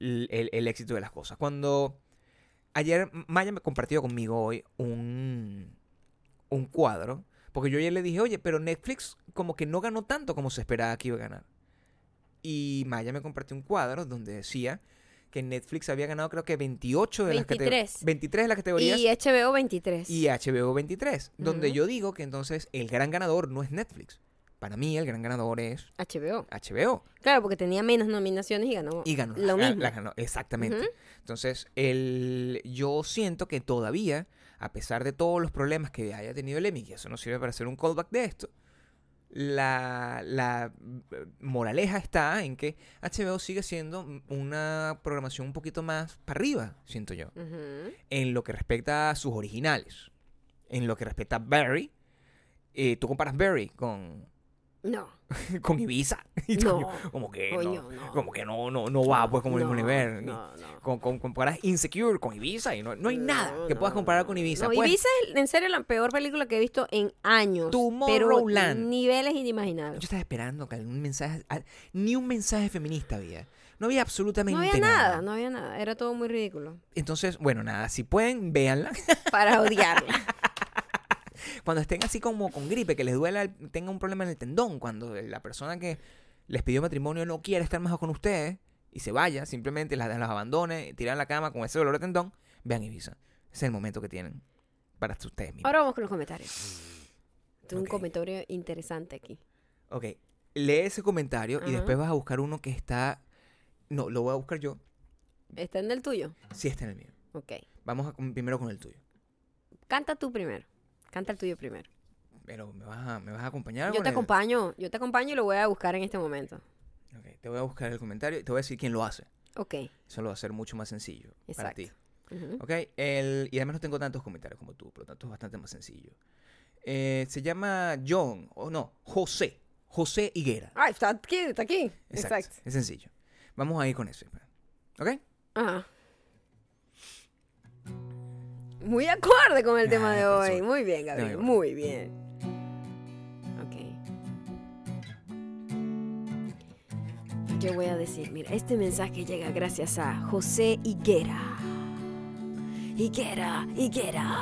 l- el, el éxito de las cosas. Cuando ayer M- Maya me compartió conmigo hoy un, un cuadro, porque yo ayer le dije, oye, pero Netflix como que no ganó tanto como se esperaba que iba a ganar. Y Maya me compartió un cuadro donde decía que Netflix había ganado creo que 28 de las
23.
categorías. 23 de las categorías
Y HBO 23.
y HBO 23, donde
Ujú.
yo digo que entonces el gran ganador no es Netflix. Para mí el gran ganador es
HBO.
HBO
Claro, porque tenía menos nominaciones y ganó.
y ganó.
Lo
la-
mismo.
la ganó, exactamente.
Ujú.
Entonces, el, yo siento que todavía, a pesar de todos los problemas que haya tenido el Emmy, y eso no sirve para hacer un callback de esto, La, la eh, moraleja está en que HBO sigue siendo una programación un poquito más para arriba, siento yo,
Ujú.
en lo que respecta a sus originales. En lo que respecta a Barry, eh, tú comparas Barry con,
No.
con Ibiza. Y tú,
No,
como que
coño,
no,
no.
como que no, no, no va pues como el
No,
mismo nivel.
No, no.
Con, con- comparas Insecure con Ibiza y no, no hay nada
No,
que puedas
no,
comparar
no,
con
no.
Ibiza.
No,
pues.
Ibiza es en serio la peor película que he visto en años. Pero
Tomorrowland.
niveles
Yo
inimaginables.
estaba esperando que algún mensaje, al- ni un mensaje feminista había. No había absolutamente
No había nada, no había nada. Era todo muy ridículo.
Entonces, bueno, nada, si pueden, véanla.
Para odiarla.
Cuando estén así como con gripe, que les duela, el- tenga un problema en el tendón, cuando la persona que les pidió matrimonio no quiera estar más con ustedes y se vaya, simplemente las, las abandone, tiran la cama con ese dolor de tendón, vean Ibiza. Ese es el momento que tienen para ustedes mismos.
Ahora vamos con los comentarios. Tengo un
Ok.
comentario interesante aquí.
Ok, lee ese comentario y
Ajá.
después vas a buscar uno que está... No, lo voy a buscar yo,
¿Está en el tuyo?
si está en el mío.
Ok.
Vamos a, con- primero con el tuyo.
Canta tú primero. Canta el tuyo primero.
Pero me vas a, me vas a acompañar.
Yo
con
te
el-
acompaño, yo te acompaño y lo voy a buscar en este momento.
Ok, te voy a buscar el comentario y te voy a decir quién lo hace.
Ok,
Eso lo va a hacer mucho más sencillo para
exacto.
ti.
Ujú.
Ok, el, y además no tengo tantos comentarios como tú, por lo tanto es bastante más sencillo. Eh, se llama John, o no, José, José Higuera.
Ay, Ah, está aquí, está aquí. Exacto.
Es sencillo. Vamos a ir con eso. espera. ¿Ok?
Ajá. Muy acorde con el
Ah,
tema de
por
hoy.
supuesto.
Muy bien,
No,
Gabriel.
bueno.
Muy bien. Ok. Yo voy a decir, mira, este mensaje llega gracias a José Higuera. Higuera, Higuera.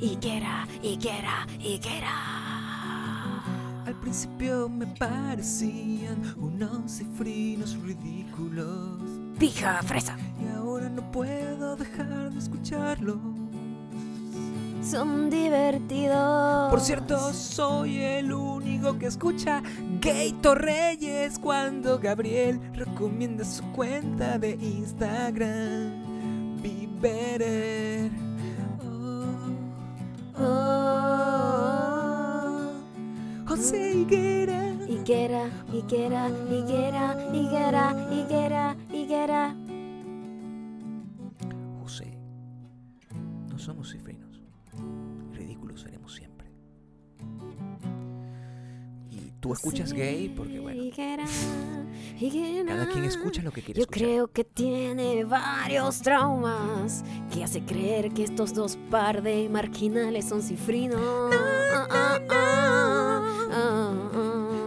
Higuera, Higuera, Higuera.
Al principio me parecían unos cifrinos ridículos.
Pija, fresa.
Y ahora no puedo dejar de escucharlo.
Son divertidos.
Por cierto, soy el único que escucha Gator Reyes cuando Gabriel recomienda su cuenta de Instagram. Be better. Oh, oh. José Higuera.
Higuera, higuera, higuera, higuera, higuera, higuera.
José, no somos cifrinos. Ridículos seremos siempre. Y tú escuchas gay porque, bueno,
Higuera, higuera.
cada quien escucha lo que quiere
Yo
escuchar.
creo que tiene varios traumas que hace creer que estos dos par de marginales son cifrinos. Ah, ah, ah, ah,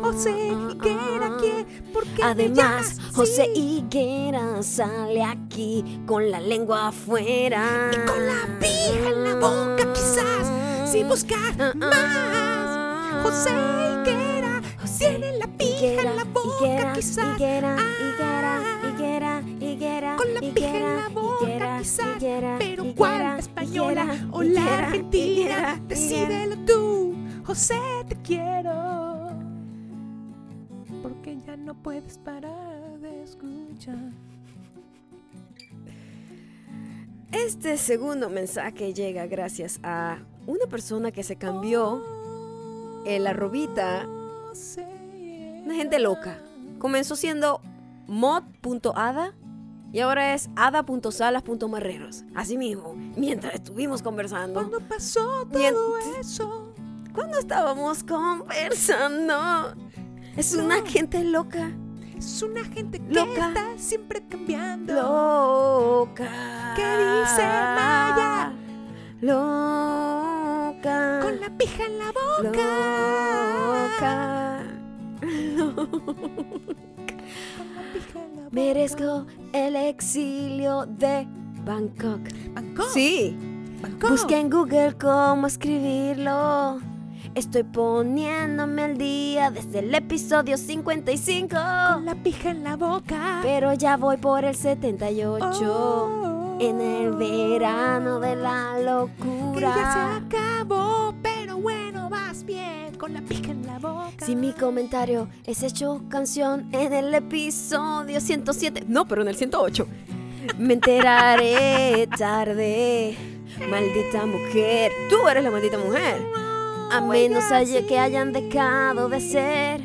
José
ah,
Oh, Higuera,
ah.
¿quién? ¿Por qué me
Además,
llamas
José
así?
Higuera sale aquí con la lengua afuera.
Y con la pija en la boca, quizás, si buscas
Ah,
más. José Higuera
José
tiene la pija en la boca,
Higuera,
quizás.
Higuera,
Ah.
Higuera, Higuera, Higuera,
Con la pija en la
Higuera,
boca,
Higuera,
quizás.
Higuera,
Pero
Higuera,
cuál, la española
Higuera,
o la
Higuera,
argentina,
Higuera, Higuera.
decídelo tú. José, te quiero. Porque ya no puedes parar de escuchar.
Este segundo mensaje llega gracias a una persona que se cambió el arrobita. Una gente loca. Comenzó siendo mod.ada y ahora es ada.salas.marreros. Así mismo, mientras estuvimos conversando.
Cuando pasó
Bien.
todo eso,
¿Cuándo estábamos conversando? Es una
No.
gente loca.
es una gente que
Loca.
está siempre cambiando.
Loca.
¿Qué dice Maya?
Loca.
Con la pija en la boca.
Loca.
Con la pija en la boca.
Merezco el exilio de Bangkok.
Bangkok.
Sí.
Bangkok.
Busca en Google cómo escribirlo. Estoy poniéndome al día desde el episodio 55.
Con la pija en la boca.
Pero ya voy por el 78.
Oh.
En el verano de la
Que ya
locura.
se acabó, pero bueno, vas bien. Con la pija en la boca.
Si mi comentario es hecho canción en el episodio 107. No, pero en el 108. Me enteraré tarde. Maldita mujer. Tú eres la maldita mujer. A menos haya- que hayan dejado de ser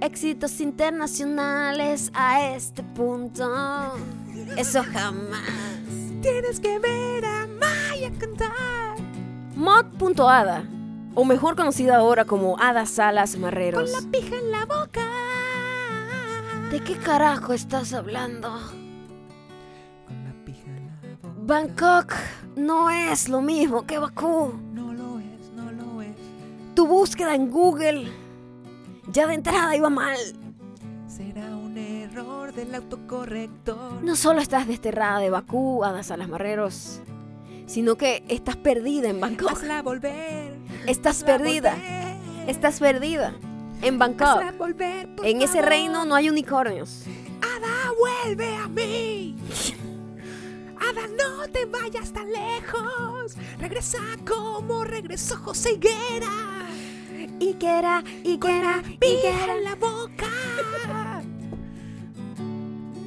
éxitos internacionales a este punto. Eso jamás.
Tienes que ver a Maya cantar.
Mod.ada, o mejor conocida ahora como Ada Salas Marreros.
pija en la boca.
¿De qué carajo estás hablando?
Con la pija en la boca.
Bangkok no es lo mismo que Bakú.
No lo es, no lo es.
Tu búsqueda en Google ya de entrada iba mal.
Será un error del autocorrector.
No solo estás desterrada de Bakú, Ada Salas Marreros, sino que estás perdida en Bangkok.
Hazla volver.
Estás
hazla
perdida.
volver,
Estás perdida en Bangkok.
hazla volver, por
En ese
favor.
reino no hay unicornios.
Ada, vuelve a mí. Ada, no te vayas tan lejos. Regresa como regresó José Higuera.
Ikera, Ikera,
Pija en la boca.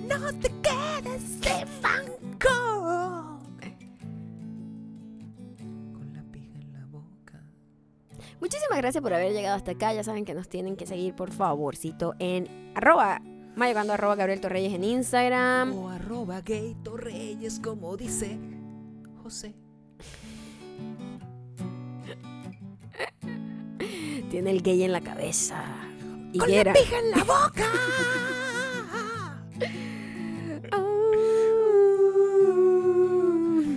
No te quedes en Bangkok. Con la pija en la boca.
Muchísimas gracias por haber llegado hasta acá. Ya saben que nos tienen que seguir, por favorcito, en arroba mayocando arroba Gabriel Torreyes en Instagram.
O arroba gay Torreyes, como dice José.
Tiene el gay en la cabeza.
Con
Higuera.
la pija en la boca.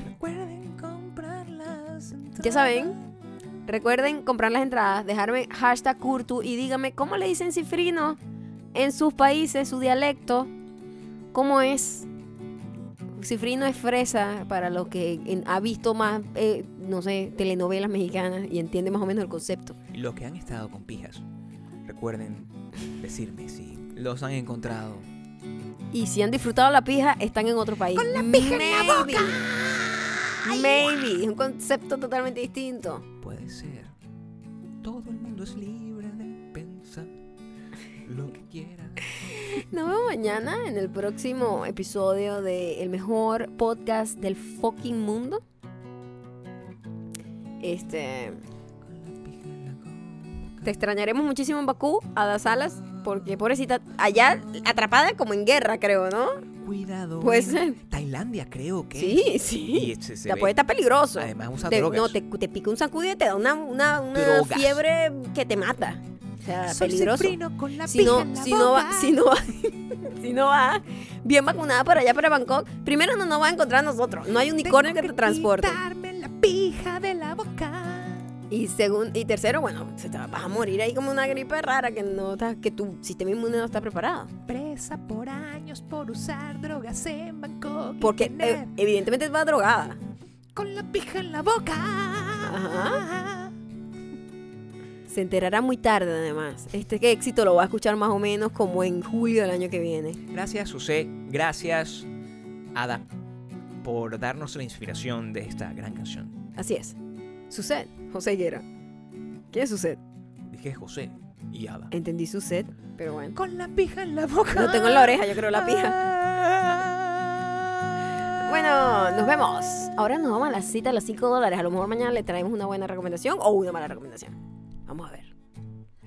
Recuerden comprarlas.
Ya saben. Recuerden comprar las entradas, dejarme hashtag Curtu y dígame cómo le dicen cifrino en sus países, su dialecto. ¿Cómo es? Cifrino es fresa para los que en- ha visto más, eh, no sé, telenovelas mexicanas y entiende más o menos el concepto.
Los que han estado con pijas, recuerden decirme si los han encontrado.
Y si han disfrutado la pija, están en otro país. Con la pija en la boca. Maybe. Es un concepto totalmente distinto.
Puede ser. Todo el mundo es libre de pensar lo que quiera.
Nos vemos mañana en el próximo episodio de el mejor podcast del fucking mundo. Este,
Con la pija en la boca.
te extrañaremos muchísimo en Bakú, Ada Salas, porque pobrecita, allá atrapada como en guerra, creo, ¿no? Pues,
Cuidado.
Puede
en
ser.
Tailandia, creo que.
eh. Sí,
Y
sí.
este se
Te
ve-
puede estar peligroso.
Además usa
Te-
drogas.
no, te, te pica un sacudido y te da una, una- una
Drogas.
fiebre que te mata. O sea,
Soy
peligroso.
cifrino con la
si
pija
no,
en la
si no va,
boca.
si no va, si no va bien vacunada para allá para Bangkok, primero no nos va a encontrar a nosotros. No hay unicornio que te transporte.
quitarme la pija de la boca.
Y según, y tercero, bueno, se te va- vas a morir ahí como una gripe rara que no estás- que tu sistema inmune no está preparado.
Presa por años por usar drogas en Bangkok. y
Porque
tener
eh, evidentemente vas drogada.
con la pija en la boca.
Ajá. Se enterará muy tarde además. Este éxito lo va a escuchar más o menos como en julio del año que viene.
Gracias, José. Gracias, Ada, por darnos la inspiración de esta gran canción.
Así es. Suset, José Higuera. ¿Qué es Suset?
Dije José y Ada.
Entendí Suset, pero bueno.
Con la pija en la boca. Ah.
Lo tengo en la oreja, yo creo la pija.
pija.
Bueno, nos vemos. Ahora nos vamos a la cita de los 5 dólares. A lo mejor mañana le traemos una buena recomendación o una mala recomendación. Vamos a ver.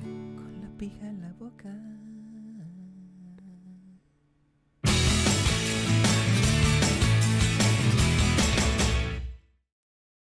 Con la pija en la boca.